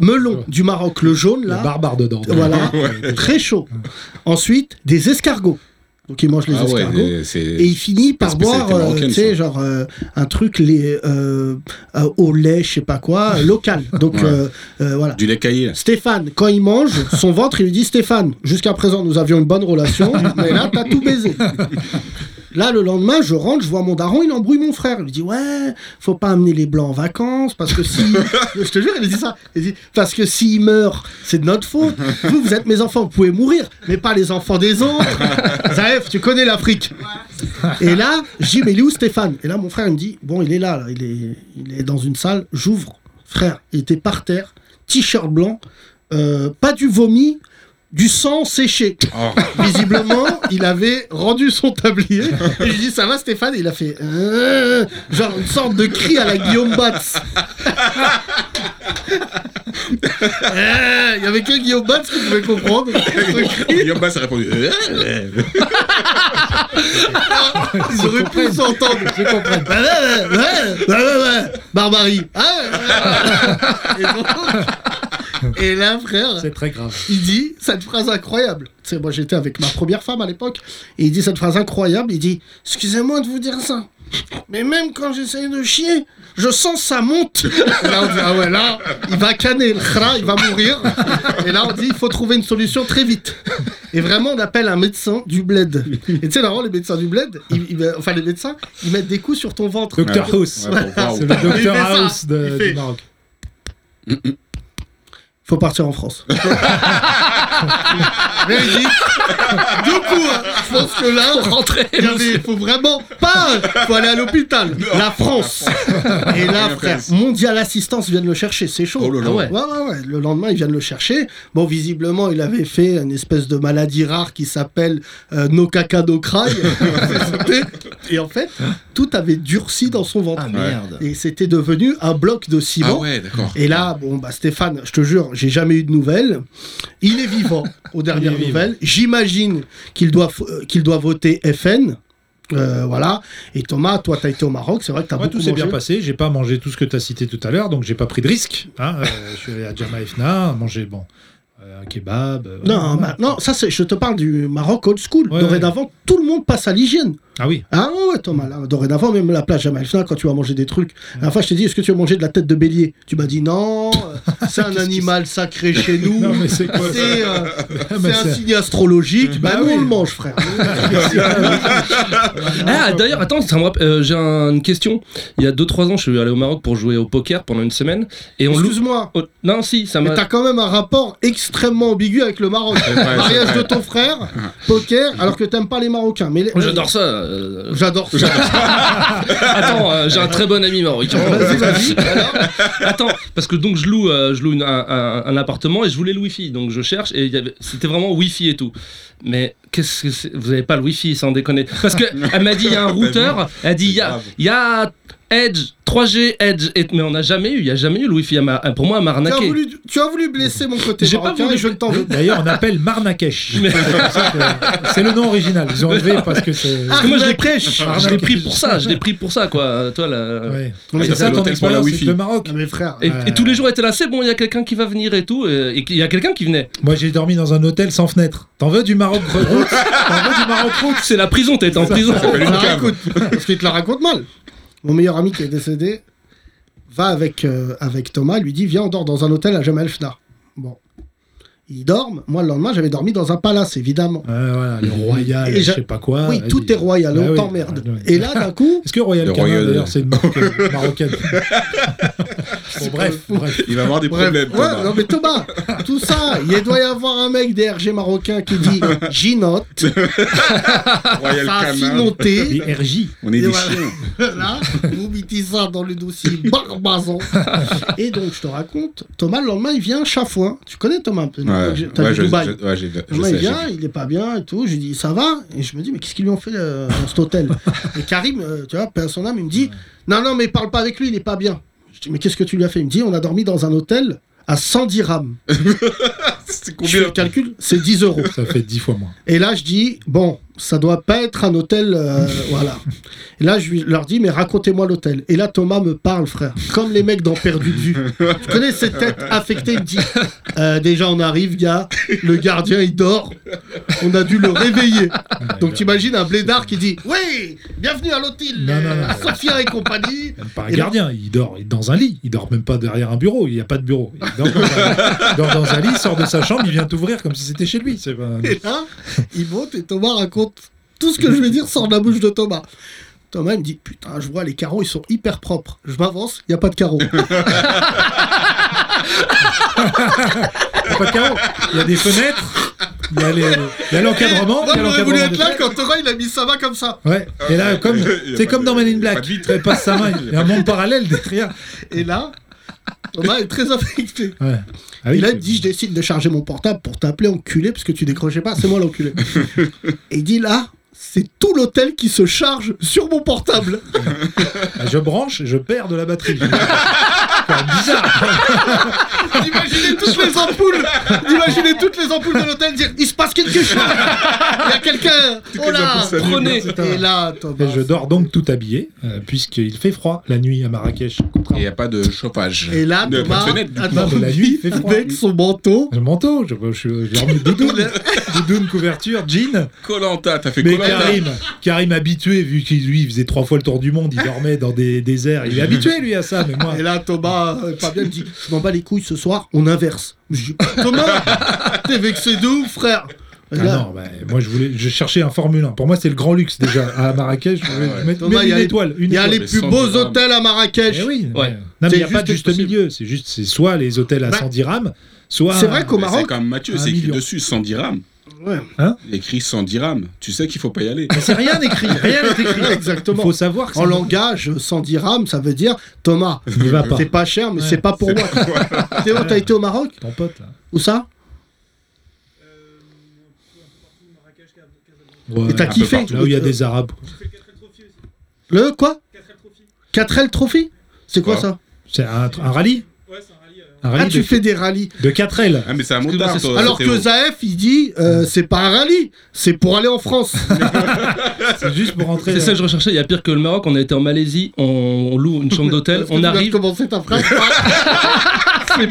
Melon du Maroc, le jaune Il y a là. barbare dedans. Voilà. Très chaud. Ensuite, des escargots. Donc il mange les Ah ouais, escargots. mais c'est. Et il finit par spécialité boire, euh, marocaine, tu sais, ça. genre euh, un truc les, euh, euh, au lait, je sais pas quoi, euh, local. Donc Ouais. euh, euh, voilà. Du lait caillé. Stéphane, quand il mange, son ventre, il lui dit Stéphane, jusqu'à présent, nous avions une bonne relation, mais là, t'as tout baisé. Là, le lendemain, je rentre, je vois mon daron, il embrouille mon frère. Il lui dit Ouais, faut pas amener les blancs en vacances, parce que si. je te jure, il dit ça. Il dit Parce que s'ils meurent, c'est de notre faute. Vous, vous êtes mes enfants, vous pouvez mourir, mais pas les enfants des autres. Zaef, tu connais l'Afrique. Et là, je dis, mais il est où Stéphane Et là, mon frère il me dit, bon, il est là, là, Il, est, il est dans une salle, j'ouvre. Frère, il était par terre, t-shirt blanc, euh, pas du vomi, du sang séché. Oh. Visiblement, il avait rendu son tablier. Et je lui dis, ça va Stéphane Et il a fait, Euh genre une sorte de cri à la Guillaume Batz. Euh, Il y avait que Guillaume Batz qui pouvait comprendre. ce cri. Guillaume Bass a répondu. Euh, euh. Ils auraient pu s'entendre. Je comprends. Ouais, ouais, ouais, ouais, ouais, ouais. Barbarie. Ah, ouais, ouais, ouais. Et, donc- et là, frère, C'est très grave. il dit cette phrase incroyable. Tu sais, moi, j'étais avec ma première femme à l'époque. Et il dit cette phrase incroyable. Il dit Excusez-moi de vous dire ça. Mais même quand j'essaye de chier, je sens que ça monte. Et là, on dit Ah ouais, là, il va canner le khra, il va mourir. Et là, on dit Il faut trouver une solution très vite. Et vraiment, on appelle un médecin du bled. Et tu sais, normalement, les médecins du bled, ils- ils- enfin, les médecins, ils mettent des coups sur ton ventre. Docteur Ouais. House. Ouais, pour voir où- C'est le Il fait Docteur ça. House de- Il fait- du Maroc. Faut partir en France. Véridique. Du coup, hein, je pense que là, on rentre. Très Il y avait- faut vraiment pas. Faut aller à l'hôpital. La France. Et là, frère, Mondial Assistance vient de le chercher. C'est chaud. Oh là là. Ah ouais. Ouais, ouais, ouais. Le lendemain, ils viennent le chercher. Bon, visiblement, il avait fait une espèce de maladie rare qui s'appelle euh, no caca no cry. Et en fait, tout avait durci dans son ventre. merde. Et c'était devenu un bloc de ciment. Ah ouais, d'accord. Et là, bon, bah Stéphane, je te jure, j'ai jamais eu de nouvelles. Il est vivant aux dernières nouvelles. J'imagine qu'il doit, f- euh, qu'il doit voter FN. Euh, voilà. Et Thomas, toi, t'as été au Maroc, c'est vrai que t'as Moi, beaucoup tout s'est mangé. bien passé. J'ai pas mangé tout ce que tu as cité tout à l'heure, donc j'ai pas pris de risque. hein. Euh, je suis allé à Jamaïfna, manger bon, euh, un kebab. euh, voilà. Non, bah, non, ça, c'est, je te parle du Maroc old school. Ouais, dorénavant, tout le monde passe à l'hygiène. Ah oui, Ah ouais, Thomas, là, dorénavant, même la plage Jamal Fna, quand tu vas manger des trucs. La fois, je t'ai dit, est-ce que tu as mangé de la tête de bélier Tu m'as dit, non, euh, c'est un animal sacré chez nous. Non, mais c'est quoi ça C'est, euh, Ah, c'est bah, un c'est- signe astrologique. Bah, Bah nous, on oui. le mange, frère. Ah, d'ailleurs, attends, ça me rappelle- euh, j'ai un- une question. Il y a 2-3 ans, je suis allé au Maroc pour jouer au poker pendant une semaine. Et on loue. Excuse-moi, Oh, non, si, ça mais m'a. t'as quand même un rapport extrêmement ambigu avec le Maroc. vrai, Mariage c'est de vrai. ton frère, poker, alors que t'aimes pas les Marocains. Mais les- Oh, J'adore ça. euh. J'adore ça. Attends, euh, j'ai un très bon ami marocain. Vas-y, vas-y. Attends, parce que donc je loue, euh, je loue une- un, un- un appartement et je voulais le wifi, donc je cherche et il y avait- c'était vraiment wifi et tout. Mais qu'est-ce que c'est Vous n'avez pas le wifi, sans déconner. Parce que elle m'a dit il y a un routeur, elle dit il y a, grave. il y a Edge, 3G Edge, et- mais on n'a jamais eu, il n'y a jamais eu le wifi. Elle m'a- pour moi, elle m'a Tu as, arnaqué. voulu, tu as voulu blesser mon côté J'ai pas marocain voulu- et je ne t'en veux pas. D'ailleurs, on appelle Marnakesh. C'est pour ça que- c'est le nom original. Ils ont enlevé parce que c'est. Ah. Parce que moi, je l'ai pris, Arnaquèche. je l'ai pris pour ça, je l'ai pris pour ça, quoi. Toi, là. Ouais. C'est ça Ouais, ton t'appelles l'hôtel pour la expérience Wi-Fi. avec le Maroc. Ah, mes frères. Et, Euh. et tous les jours, elle était là, c'est bon, il y a quelqu'un qui va venir et tout. euh, Et et il y a quelqu'un qui venait. Moi, j'ai dormi dans un hôtel sans fenêtre. T'en veux du Maroc route T'en veux du Maroc route C'est oh, la prison, t'es en prison. Je la raconte, parce que tu te la racontes mal. Mon meilleur ami qui est décédé va avec, euh, avec Thomas, lui dit Viens, on dort dans un hôtel à Jamal Fna. Bon. Ils dorment. Moi, le lendemain, j'avais dormi dans un palace, évidemment. Ouais, voilà, le royal, Et je j'a- sais pas quoi. oui, Vas-y. tout est royal, Ah on oui, t'emmerde. ah, ouais. Et là, d'un coup, Est-ce que Royal Le Canin, Royal- d'ailleurs, c'est une marque euh, marocaine Bon, Bref, bref. Il va avoir des Bref, ouais, problèmes. Thomas. non mais Thomas, tout ça, il doit y avoir un mec DRG marocain qui dit Ginotte, Royal ça Canin. Les finoté. RJ. On est Et des voilà. chiens. Là, vous mettez ça dans le dossier barbazon. Et donc, je te raconte, Thomas, le lendemain, il vient chafouin. Tu connais Thomas un peu Ouais, t'as vu ouais, je, Dubaï. je- ouais, j'ai- je Thomas, sais, il j'ai vient, vu. il est pas bien et tout. Je lui dis, ça va Et je me dis, mais qu'est-ce qu'ils lui ont fait euh, dans cet hôtel Et Karim, euh, tu vois, paix à son âme, il me dit, non, non, mais parle pas avec lui, il est pas bien. Je dis, mais qu'est-ce que tu lui as fait Il me dit, on a dormi dans un hôtel à 100 dirhams. C'est Je fais combien le calcul, c'est 10 euros. Ça fait 10 fois moins. Et là, je dis, bon, ça doit pas être un hôtel, euh, voilà. Et là, je lui- leur dis, mais racontez-moi l'hôtel. Et là, Thomas me parle, frère, comme les mecs dans Perdu de vue. Tu connais cette tête affectée, il me dit, Euh, déjà, on arrive, gars, le gardien, il dort, on a dû le réveiller. Donc, t'imagines un blédard qui dit, oui, bienvenue à l'hôtel, Non, non, euh, non. Safia et compagnie. Même pas un Et gardien, il dort il est dans un lit, il dort même pas derrière un bureau, il n'y a pas de bureau. Il dort dans un, il dort dans un lit, il sort de sa chambre, il vient t'ouvrir comme si c'était chez lui. C'est pas- Et là, il monte et Thomas raconte tout ce que je vais dire sort de la bouche de Thomas. Thomas il me dit Putain, je vois les carreaux, ils sont hyper propres. Je m'avance, il n'y a pas de carreaux. Il y a pas de carreau, il y a des fenêtres, il y a les- il y a l'encadrement. Moi, il y a j'aurais voulu l'encadrement être des là fenêtres. quand Thomas il a mis sa main comme ça. Ouais, et là, comme, Il y a c'est pas comme de- dans Men in il y a pas Black, de vitre. il passe sa main, il y a un monde parallèle derrière. Et là, Thomas est très affecté. Ouais. Ah Et oui, là, il c'est- me dit Je décide de charger mon portable pour t'appeler enculé, parce que tu décrochais pas, c'est moi l'enculé. et il dit Là, c'est tout l'hôtel qui se charge sur mon portable. Ah, Je branche, et je perds de la batterie. Enfin, bizarre. Imaginez toutes les ampoules Imaginez toutes les ampoules de l'hôtel dire Il se passe quelque chose Il y a quelqu'un Oh là ampoules Prenez. Et là, Thomas. Et je dors donc tout habillé, euh, puisqu'il fait froid la nuit à Marrakech. Il n'y a pas de chauffage. Et là, Il y a pas Thomas. de fenêtre, du coup. attends, Non, mais la nuit, il fait froid. Avec son manteau. Le manteau, je, je, je, j'ai remis doudoune, doudoune, couverture, jean. Colanta, t'as fait Mais Colanta. Karim, Karim habitué, vu qu'il lui il faisait trois fois le tour du monde, il dormait dans des déserts. Il est habitué lui à ça, mais moi. Et là, Thomas, euh, pas bien, il dit Je m'en bats les couilles ce soir, on inverse. Je dis, Thomas, t'es vexé de ouf, frère Et Ah là, non, bah, moi je voulais, je cherchais un Formule 1. Pour moi c'est le grand luxe déjà à Marrakech. Je voulais mettre Thomas, même il y a une les- étoile. Une Il y a étoile. les mais plus sans beaux drame. hôtels à Marrakech. Eh oui. mais- Ouais. Non, mais C'est il n'y a pas juste de juste possible. milieu. C'est juste, c'est soit les hôtels à Bah, 100 dirhams, soit. C'est vrai qu'au Mais C'est Maroc. comme Mathieu, Un c'est écrit million. dessus 100 dirhams. Ouais. Il y a écrit 100 dirhams. Tu sais qu'il faut pas y aller. Mais c'est rien écrit. Rien n'est écrit. Il Exactement. faut savoir que En c'est- langage, 100 dirhams, ça veut dire Thomas, Il va pas. c'est pas cher, mais Ouais. c'est pas pour moi. Théo, t'as été au Maroc Ton pote. Là. Où ça Ouais. Et t'as peu kiffé partout. Là où il y a des Arabes. Le quoi 4L Trophy C'est quoi Quoi ça C'est un, un rallye un rallye. euh. Ah, tu de, fais des rallyes. de 4L. Ah, mais c'est un Excuse-moi, montard, c'est- toi. Alors Théo. que Zaef, il dit, euh, c'est pas un rallye, c'est pour aller en France. C'est juste pour rentrer. C'est ça que je recherchais, il y a pire que le Maroc, on a été en Malaisie, on, on loue une chambre d'hôtel, Parce que tu on viens de arrive, commencer ta phrase. C'est-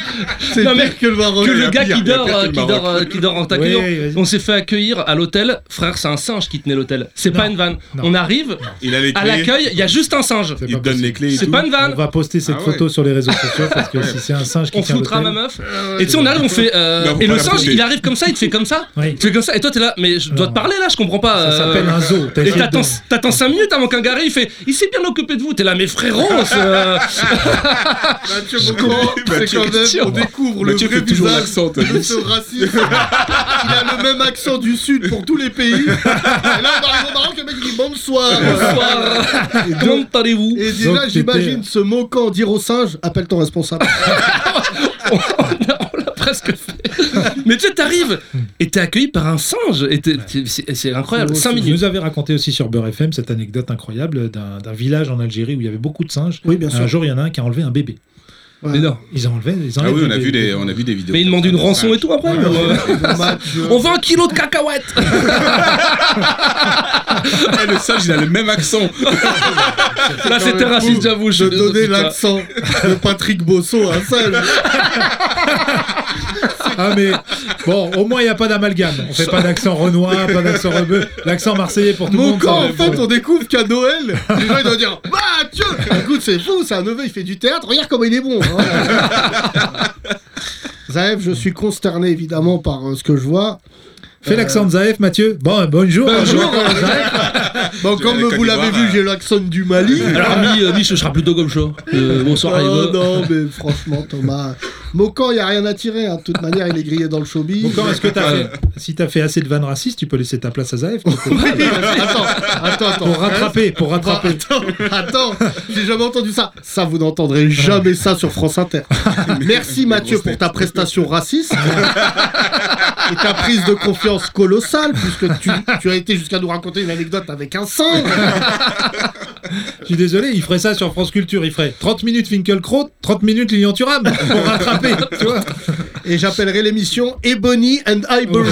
c'est Non, mais- pire que le Maroc. que Il y le a gars pire, qui il y a dort, pire que euh, le qui Maroc. dort, euh, qui dort en Ouais, taquillant. vas-y. On s'est fait accueillir à l'hôtel, frère, c'est un singe qui tenait l'hôtel. C'est Non. pas une vanne. Non. On arrive, Il a les à clés. l'accueil, il y a juste un singe. C'est Il pas te donne possible. les clés. et C'est tout. pas une On vanne. va poster cette Ah ouais. photo sur les réseaux sociaux parce que si c'est un singe qui On tient foutra ma l'hôtel- meuf. Et tu sais, on arrive, on fait. euh, Non, faut et pas le la singe, poser. il arrive comme ça, il te fait comme ça. Oui. Il te fait comme ça. Et toi, t'es là, mais je dois te parler là, je comprends pas. Ça euh, s'appelle un zoo. T'as Et essayé de- t'attends, t'attends 5 minutes avant qu'un gars arrive, il fait Il s'est bien occupé de vous, t'es là, mais frérot c'est, euh, Mathieu Bocoran, Mathieu c'est quand même, Christian. on découvre Mathieu le vrai fait toujours visage l'accent, t'as de vu ce racisme. Il a le même accent du Sud pour tous les pays. Et là, on arrive au Maroc, le mec il dit bonsoir. Bonsoir Et donc, Comment Et allez-vous Donc, déjà, t'étais- j'imagine ce moquant dire au singe, appelle ton responsable. On l'a on l'a presque fait. Mais tu sais, t'arrives et t'es accueilli par un singe. Et t'es- t'es- c'est c'est incroyable. Vous- 5 vous minutes. nous avez raconté aussi sur Beurre FM cette anecdote incroyable d'un d'un village en Algérie où il y avait beaucoup de singes. Oui, bien Un sûr. jour, il y en a un qui a enlevé un bébé. Ouais. Énorme. Ils ont enlevé. Ils Ah enlèvent oui, on le a, vu bébé. des, on a vu des vidéos. Mais il demande une rançon et tout après. ou, euh, Dommage. on vend un kilo de cacahuètes. Eh, le singe, il a le même accent. Là, c'était raciste, j'avoue. Je suis désolé, donnais putain. l'accent de Patrick Bosso à un singe. Ah mais bon, au moins il n'y a pas d'amalgame. On fait pas d'accent renois, pas d'accent rebeu, l'accent marseillais pour tout le Mon monde. camp, ça en va. fait, on découvre qu'à Noël, les gens ils doivent dire Bah, Mathieu Écoute, c'est fou, c'est un neveu, il fait du théâtre, regarde comment il est bon hein. Zaev, je suis consterné évidemment par euh, ce que je vois. Fais l'accent de Zaef, Mathieu. Bon, bonjour. Bonjour euh, Zaev. Bon, Je comme vais à la vous Côte l'avez d'Ivoire, vu, j'ai l'accent du Mali. Alors, mi, euh, mi, je serai plutôt comme ça. Euh, bonsoir, les Oh gars. non, mais franchement, Thomas, Mocan, il n'y a rien à tirer. hein. De toute manière, il est grillé dans le showbiz. Bon, quand est-ce que t'as fait Si t'as fait assez de vannes racistes, tu peux laisser ta place à Zaef pour, attends, attends, attends. pour rattraper, pour Attends, rattraper. attends, j'ai jamais entendu ça. Ça, vous n'entendrez jamais ça sur France Inter. Merci Mathieu pour ta prestation raciste et ta prise de confiance colossale, puisque tu, tu as été jusqu'à nous raconter une anecdote avec un singe. Je suis désolé, il ferait ça sur France Culture. Il ferait 30 minutes Finkielkraut, 30 minutes Lyon Thuram pour rattraper. tu vois Et j'appellerai l'émission Ebony and Ivory.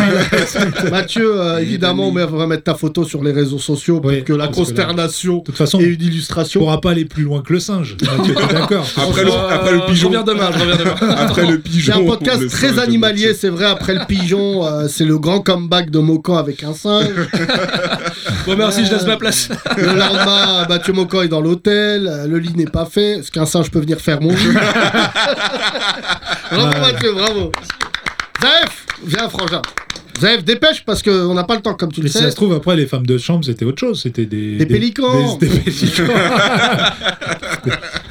Mathieu, euh, évidemment, on va mettre ta photo sur les réseaux sociaux pour Oui, que la parce que là- consternation de toute façon, et une tu illustration. pourras pas aller plus loin que le singe. Mathieu, t'es d'accord Après le, après le Euh, Je pigeon. reviens demain, je reviens demain. Après le pigeon. C'est un le podcast très singe, animalier, c'est vrai. Après le pigeon, euh, c'est le grand comeback de Mocan avec un singe. Bon, merci, je laisse ma place. Le lendemain, Mathieu Mocan est dans l'hôtel, euh, le lit n'est pas fait. Est-ce qu'un singe peut venir faire mon lit Bravo Mathieu, bravo. Zaef, viens Frangin. Zaef, dépêche parce qu'on n'a pas le temps comme tu le Mais si ça sais. se trouve, après, les femmes de chambre, c'était autre chose. C'était des, Des pélicans. des- des pélicans.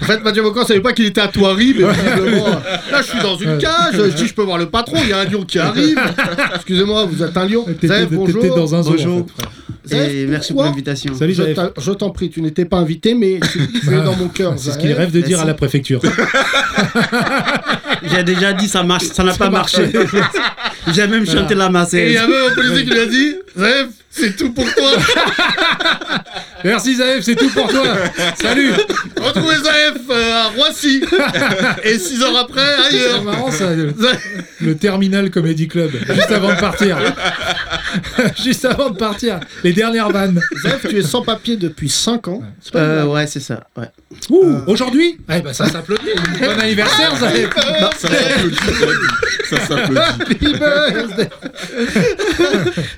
En fait, Mathieu Mocan savait pas qu'il était à Toiri, mais visiblement, euh, là je suis dans une cage, je dis je peux voir le patron, il y a un lion qui arrive. Excusez-moi, vous êtes un lion. T'étais Zaef, bonjour. t'étais dans un zoo. Bonjour. en fait. Zaef, Et merci pour pourquoi l'invitation. Salut, Je Zaef. t'en- je t'en prie, tu n'étais pas invité, mais tu, tu es dans mon cœur. C'est ce Zaef. qu'il rêve de dire Merci. à la préfecture. J'ai déjà dit ça marche, ça n'a pas marché. J'ai même chanté la Et il y Marseillaise. avait un policier qui lui a dit Zaef, c'est tout pour toi. Merci Zaev, c'est tout pour toi. Salut. Retrouvez Zaef euh, à Roissy. Et six heures après, C'est ailleurs. marrant ça, le, Zaef, le Terminal Comedy Club, juste avant de partir. juste avant de partir, les dernières vannes. Zaef, tu es sans papier depuis 5 ans. C'est pas Euh, grave. ouais, c'est ça. Ouais. Ouh, aujourd'hui Eh ben ça s'applaudit. Bon anniversaire Zaev. Ça s'applaudit.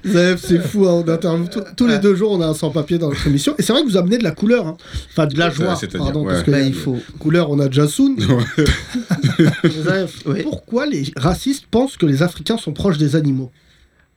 Zaef, c'est fou, hein, on interviewe tous- tous les deux jours, on a un sans-papier dans notre émission. Et c'est vrai que vous amenez de la couleur, hein. enfin de la joie, c'est-à-dire, pardon, ouais. parce que Bah, la il faut. couleur, on a Jassoun. Zaef, Ouais. pourquoi les racistes pensent que les Africains sont proches des animaux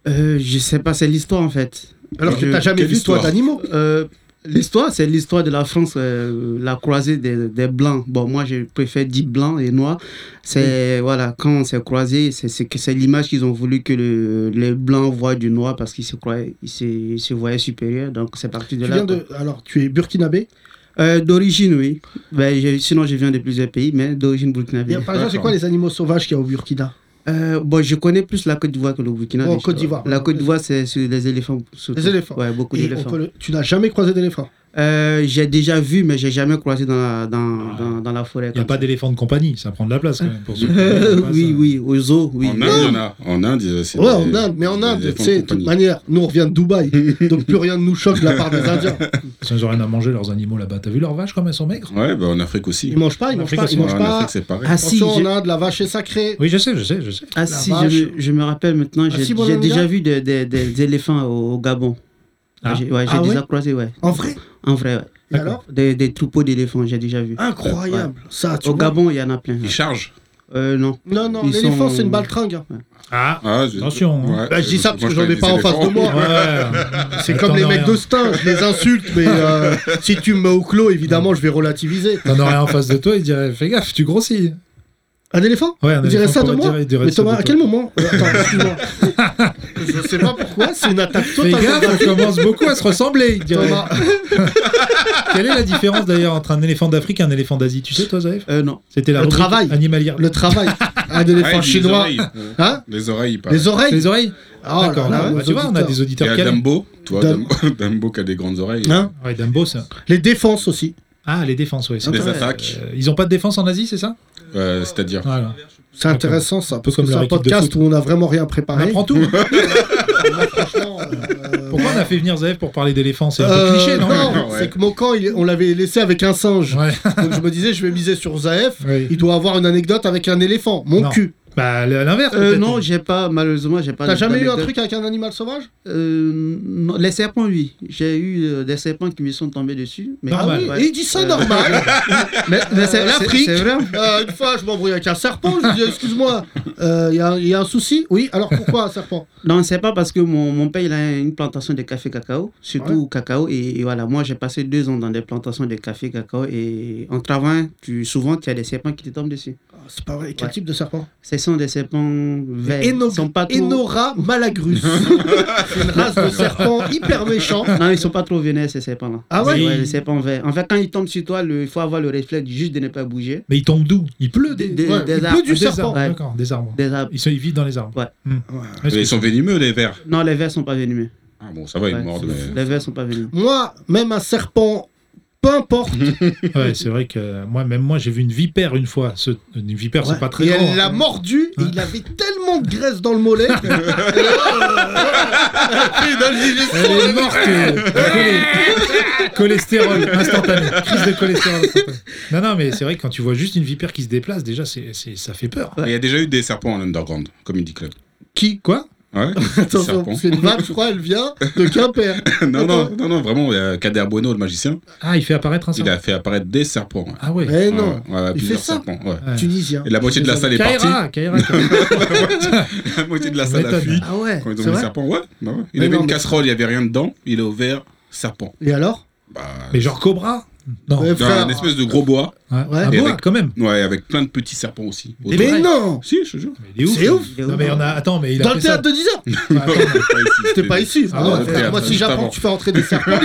Euh, je sais pas, c'est l'histoire en fait. Alors que Je- t'as jamais quelle vu toi histoire d'animaux. Euh, l'histoire, c'est l'histoire de la France, euh, la croisée des, des blancs. Bon, moi, je préfère dire blanc et noir. C'est voilà, quand on s'est croisés, c'est c'est que c'est l'image qu'ils ont voulu que le- les blancs voient du noir parce qu'ils se croyaient, ils se, ils se voyaient supérieurs. Donc c'est parti de Tu là. viens quoi. de... Alors, tu es burkinabé Euh, d'origine, oui. Ben, j'ai- sinon, je viens de plusieurs pays, mais d'origine burkinabé. Et Par exemple, c'est quoi les animaux sauvages qu'il y a au Burkina Euh, bon, je connais plus la Côte d'Ivoire que le Burkina. Oh, déjà. Côte d'Ivoire. La Côte d'Ivoire, c'est sur les éléphants. surtout. Les éléphants. Ouais, beaucoup Et on d'éléphants. peut le- Tu n'as jamais croisé d'éléphant Euh, j'ai déjà vu, mais j'ai jamais croisé dans la, dans, dans, dans la forêt. Ah. Il n'y a comme pas ça. d'éléphant de compagnie, ça prend de la place quand même. Pour ceux qui Euh, connaissent pas oui, ça. Oh, oui, au zoo, oui. En Inde, il y en a. En Inde, c'est. Ouais, des- en Inde, mais en des Inde, éléphants tu de sais, de toute compagnie. manière, nous on revient de Dubaï, donc plus rien ne nous choque de la part des Indiens. Parce qu'ils n'ont rien à manger leurs animaux là-bas. T'as vu leurs vaches comme elles sont maigres Ouais, bah en Afrique aussi. Ils mangent pas, ils En mangent Afrique pas, aussi, ils mangent en pas. Afrique, c'est pareil. Ah si, Attention, en j'ai- Inde, la vache est sacrée. Oui, je sais, je sais, je sais. ah, la si vache. Ah, je, me, je me rappelle maintenant, j'ai si, bon, j'ai on y va déjà vu des, des, des éléphants au, au Gabon. Ah. J'ai- Ouais, j'ai Ah déjà ouais croisé, ouais. En vrai En vrai, ouais. Et alors Des, des troupeaux d'éléphants, j'ai déjà vu. Incroyable, ça, tu Au vois. Gabon, il y en a plein. Ils chargent. Euh, non. Non, non, Ils l'éléphant sont- c'est une baltringue. hein. Ah, Ah, je- Attention, hein. Bah, je dis ça moi, parce que je j'en ai connais pas des en face de éléphants. moi. ouais. C'est comme les Attends, mecs rien. de Stein, je les insulte, mais euh, si tu me mets au clos, évidemment, je vais relativiser. T'en aurais un en face de toi, il dirait fais gaffe, tu grossis. Un éléphant Ouais, un Vous direz éléphant ça de pourrait moi dire- il dirait Mais ça de Thomas, à toi. quel moment Euh, Attends, excuse-moi. Je sais pas pourquoi, c'est une attaque Fais totalement gaffe, on commence beaucoup à se ressembler, il dirait. Thomas. Quelle est la différence d'ailleurs entre un éléphant d'Afrique et un éléphant d'Asie Tu sais, toi, Zaïf Euh, non. C'était la Le rubrique travail. animalière. Le travail. Un Ah, éléphant il dit les chinois. oreilles. Hein Les oreilles, il parle. Les oreilles. Les oreilles Oh là D'accord. là, bah, nos tu vois, on a auditeurs. des Il y auditeurs a calés. Dumbo, tu vois, Dam- Dumbo, Dumbo qui a des grandes oreilles. Hein Ouais, Dumbo, ça. Les défenses aussi. Ah, les défenses, ouais. Ah, ça. des ouais, attaques, Euh, ils ont pas de défense en Asie, c'est ça euh, c'est-à-dire. Voilà. C'est intéressant ça. Parce comme que c'est leur un équipe de podcast foot. où on n'a vraiment rien On préparé. apprend tout. Franchement, euh, Pourquoi on a fait venir Zaev pour parler d'éléphants C'est un peu euh, cliché, non non, Ouais. c'est que Mokan, il- on l'avait laissé avec un singe. Ouais. Donc je me disais, je vais miser sur Zaef. Oui. Il doit avoir une anecdote avec un éléphant. Mon Non. cul. Bah, l'inverse. Euh, peut-être. non, j'ai pas, malheureusement, j'ai pas. T'as jamais eu un d'anecdote. truc avec un animal sauvage Euh, non, Les serpents, oui. J'ai eu euh, des serpents qui me sont tombés dessus. Mais Normal. Ouais. Et Ah Il dit ça Euh, normal. Mais, mais Euh, l'Afrique. c'est l'Afrique. C'est vrai. Euh, une fois, je m'embrouille avec un serpent. Je lui dis, excuse-moi, euh, il y, a- y a un souci Oui, alors pourquoi un serpent Non, c'est pas parce que mon, mon père il a une plantation de café cacao, surtout cacao. Et, et voilà, moi j'ai passé deux ans dans des plantations de café cacao. Et en travaillant, tu, souvent tu as des serpents qui te tombent dessus. Ah, C'est pas vrai. Quel Ouais. type de serpent Ce sont des serpents verts. Eno- Ils sont pas trop. Enora malagrus. C'est une race de serpent hyper méchant. Non, ils sont pas trop vénères ces serpents-là. Ah ouais les serpents verts. En fait, quand ils tombent sur toi, le- il faut avoir le réflexe juste de ne pas bouger. Mais il tombe d'où Il pleut des, Des- des- Ouais, des il arbres. pleut du des serpent. arbres. Ouais. D'accord, des arbres. Des arbres. Ils, sont, ils vivent dans les arbres. Ouais. Hmm. Mais Ils sont venimeux, les vers. Non, les vers sont pas venimeux. Ah bon, ça va, ils Ouais, mordent. c'est- mais- Les vers sont pas venimeux. Moi, même un serpent, peu importe. Ouais, c'est vrai que moi, même moi, j'ai vu une vipère une fois. Ce- Une vipère, c'est pas très et grand. hein. elle l'a mordu et Ouais. il avait tellement de graisse dans le mollet. Et là, Elle est morte. euh, cholé- Cholestérol instantané. Crise de cholestérol instantané. Non, non, mais c'est vrai que quand tu vois juste une vipère qui se déplace, déjà, c'est, c'est- ça fait peur. Il y a déjà eu des serpents en underground, Comedy Club. Qui Quoi Ouais, des Attention, serpents. parce qu'une vanne, je crois, elle vient de Quimper. non, non, non, non, vraiment, il y a Kader Bueno, le magicien, Ah, il fait apparaître un il serpent. a fait apparaître des serpents. ouais. Ah ouais. Eh non, Ouais, ouais, Il plusieurs fait ça serpents. ouais. Ouais. Tunisien. Et la moitié de la salle est partie. Kaira, Kaira, Kaira. La moitié de la salle a M'étonne. fui. Ah ouais, Quand ils ont c'est mis le vrai. serpent, ouais. bah ouais. Il Mais avait non, une mais- casserole, il n'y avait rien dedans. Il a ouvert serpent. Et alors Bah, Mais genre Cobra Non. Ouais, Ouais. dans frère. un espèce de gros bois. Un Et boa, avec- quand même. Ouais, avec plein de petits serpents aussi. Des autour. Mais vrais. non Si, je te jure. Mais il est ouf. C'est ouf. Il est Non, mais on a. Attends, mais il a. Dans le fait ça. théâtre de 10 ans Ah, attends, T'es pas ici. Ah Ah ouais, ouais, frère, théâtre, Moi, si juste j'apprends avant. que tu fais rentrer des serpents,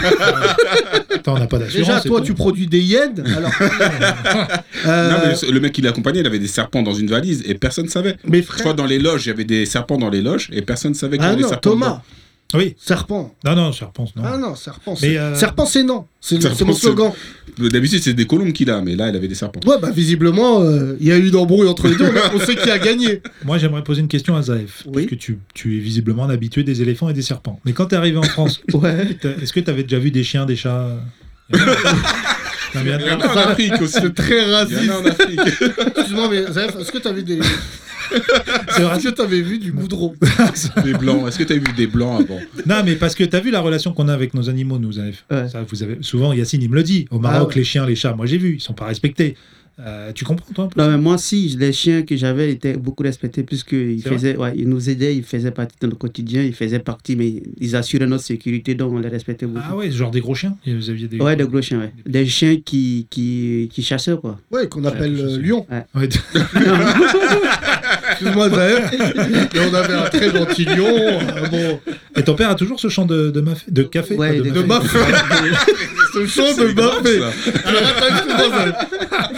Attends, on n'a pas d'assurance. déjà, c'est toi, tout. tu produis des yens. Alors, Non, Euh, mais le- le mec qui l'accompagnait, il avait des serpents dans une valise et personne ne savait. mes Je crois frères. dans les loges, il y avait des serpents dans les loges et personne ne savait qu'il y Ah avait des non, serpents. Thomas, Ah Oui. serpent. Non, non, serpent, non. Ah non, serpent. Mais, c'est- euh, Serpent, c'est non. C'est le- Serpent, c'est mon c'est- slogan. dedans. Euh, D'habitude, c'est des colombes qu'il a, mais là, il avait des serpents. Ouais, bah visiblement, euh, il y a eu une embrouille entre les deux. On- On sait qui a gagné. Moi, j'aimerais poser une question à Zaef. Oui. Parce que tu, tu es visiblement un habitué des éléphants et des serpents. Mais quand t'es arrivé en France, Ouais. t'as- est-ce que t'avais déjà vu des chiens, des chats euh, Non, mais Il y en attends. a en Afrique aussi. C'est très Il y raciste. en a en Afrique. Excuse-moi, mais Zef, est-ce que t'avais des... C'est vrai. Est-ce que t'avais vu du goudron Des blancs. Est-ce que tu as vu des blancs avant Non, mais parce que t'as vu la relation qu'on a avec nos animaux, nous, Zaef. Ouais. Ah Ça, vous avez... Souvent, Yacine, il me le dit. Au Maroc, ouais. les chiens, les chats, moi, j'ai vu, ils sont pas respectés. Euh, tu comprends, toi, un peu Non, mais moi, si les chiens que j'avais étaient beaucoup respectés, puisqu'ils C'est vrai faisaient, ouais, ils nous aidaient, ils faisaient partie de notre quotidien, ils faisaient partie, mais ils assuraient notre sécurité, donc on les respectait beaucoup. Ah ouais, genre des gros chiens Et Vous aviez des... ouais, des gros chiens, ouais. Des chiens qui, qui, qui chassaient, quoi. Ouais, qu'on appelle Ouais, je euh, sais. Lyon. Ouais, Excuse-moi, Zef. Et on avait un très gentil Lyon. euh, bon, Ah Et ton père a toujours ce chant de, de, maf- de café Ouais, pas de de- de mafé. ma Ce chant de C'est grave, Mbappé. ça. Alors, attends, excuse-moi, Zef.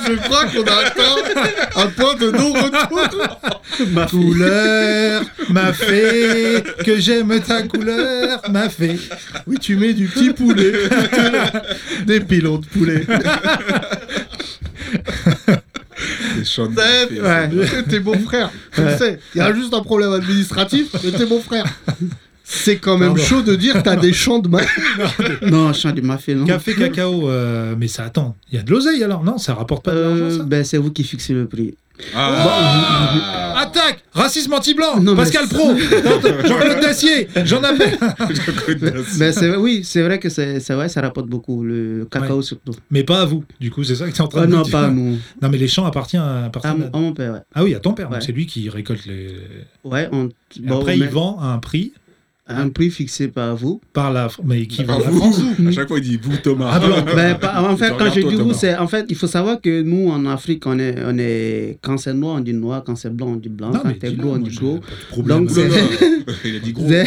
Je crois qu'on a atteint un point de non-retour. Couleur, ma fée, que j'aime ta couleur, ma fée. Oui, tu mets du petit poulet. Des pilons de poulet. Des chants de Zef, Mbappé, ouais. t'es mon frère, je le sais. Il y a juste un problème administratif, mais t'es mon frère. C'est quand même Pardon. chaud de dire t'as des champs de ma... Non, chien du mafé, non. Café cacao, euh, mais ça attend. Il y a de l'oseille alors Non, ça rapporte pas de Euh, l'argent ça ben, c'est vous qui fixez le prix. Ah, Attaque Racisme anti-blanc Non, mais Pascal Pro Jean-Claude Dacier J'en appelle Ben, c'est, oui, c'est vrai que c'est, c'est vrai, ça rapporte beaucoup, le cacao surtout. Mais pas à vous, du coup, c'est ça que t'es en train Ah de non, me pas à dire. nous. Non, mais les champs appartiennent à, À, appartiennent mon- à- à mon père, ouais. Ah oui, à ton père, donc Ouais. c'est lui qui récolte les. Ouais, on, Et bon, après, on met il vend à un prix un prix fixé par vous. par la. Fr- Mais qui Enfin, Bah, vend la France. vous, à chaque fois il dit vous Thomas. Ah blanc. Ben, pas- en fait, Regarde-toi, quand je dis vous, Thomas. c'est en fait, il faut savoir que nous en Afrique, on est, on est quand c'est noir, on dit noir, quand c'est blanc, on dit blanc, Non, mais quand c'est dis-le, gros, on moi, dit j'ai gros. pas de problème. Donc, Non, non, Il a dit gros. C'est-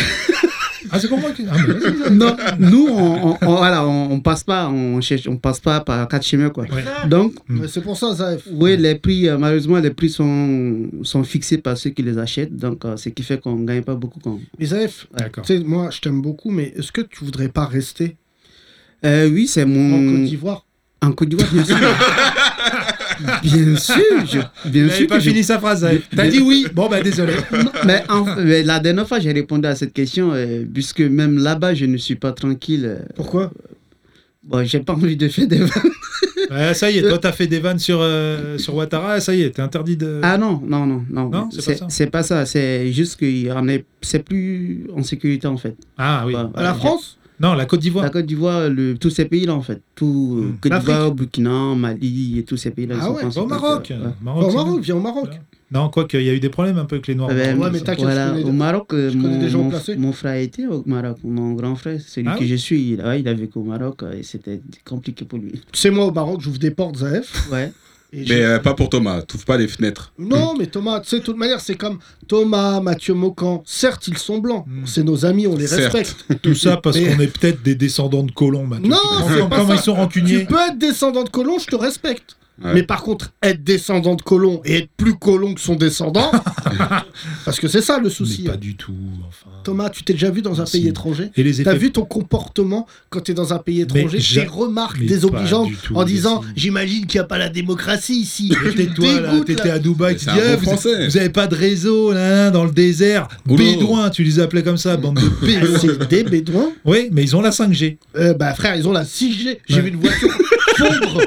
Ah, c'est pour moi que- Ah, mais vas-y. Non, nous, on, on- on- voilà, on, on passe pas, on cherche, on passe pas par quatre chemins quoi. Ouais. Donc, Mais C'est pour ça, Zaef. oui, les prix, euh, malheureusement, les prix sont, sont fixés par ceux qui les achètent, donc euh, ce qui fait qu'on gagne pas beaucoup. Quand... Mais Zaef, tu D'accord. sais, moi, je t'aime beaucoup, mais est-ce que tu voudrais pas rester Euh, oui, c'est en Hmm. Côte mon d'Ivoire en Côte d'Ivoire, bien sûr. bien sûr, je- bien Il sûr n'avait que pas je fini sa phrase. Zaïf. T'as dit oui. Bon, bah désolé. mais, en- mais la dernière fois, j'ai répondu à cette question, euh, puisque même là-bas, je ne suis pas tranquille. euh, Pourquoi Bon, j'ai pas envie de faire des vannes. Ouais, ça y est, toi, t'as fait des vannes sur, euh, sur Ouattara. Ça y est, t'es interdit de. Ah non, non, non, non. Non, c'est pas ça. C'est pas ça. C'est juste qu'on est, c'est plus en sécurité en fait. Ah oui. Bah, À la j'ai- France Non, la Côte d'Ivoire. Ah, La Côte d'Ivoire, le- tous ces pays-là en fait, tout euh, Hmm. Côte L'Afrique. d'Ivoire, Burkina, Mali et tous ces pays-là. ils Ah sont ouais, pas Va en Au sécurité. Maroc. Ouais. Maroc, Au c'est Maroc, bon. viens au Maroc. Non, quoique, il y a eu des problèmes un peu avec les Noirs. Ah ben, Ouais, mais Ça- t'inquiète, Voilà, je connais- au Maroc, euh, je connais des gens mon, placés. mon frère était au Maroc, mon grand frère, celui Ah que oui je suis, il, ouais, il a vécu au Maroc euh, et c'était compliqué pour lui. Tu sais, moi, au Maroc, j'ouvre des portes, Zaef. Ouais. et je- Mais euh, pas pour Thomas, trouve pas les fenêtres. Non, mais Thomas, tu sais, de toute manière, c'est comme Thomas, Mathieu Mocan. Certes, ils sont blancs. Mm. C'est nos amis, on les Certes. respecte. Tout ça parce ben, Mais- qu'on est peut-être des descendants de colons maintenant. Non, c'est pas Comment ça. ils sont Tu rancuniers peux être descendant de colons, je te respecte. Ouais. Mais par contre, être descendant de colons et être plus colon que son descendant, parce que c'est ça le souci. Mais pas du tout. Enfin. Thomas, tu t'es déjà vu dans un Si. pays étranger Et les T'as effets. vu ton comportement quand t'es dans un pays étranger, j'ai- tes remarques mais désobligeantes pas du tout, en disant Yassine. J'imagine qu'il n'y a pas la démocratie ici. Tu me Tais-toi là, dégoûtes, t'étais là. à Dubaï, tu C'est dis un eh, bon vous, français. vous avez pas de réseau là, là, dans le désert, Oulou. bédouins, tu les appelais comme ça, bande de Ah, bédouins. C'est des bédouins Oui, mais ils ont la 5G. Euh, Bah frère, ils ont la 6G. J'ai Ouais. vu une voiture fondre.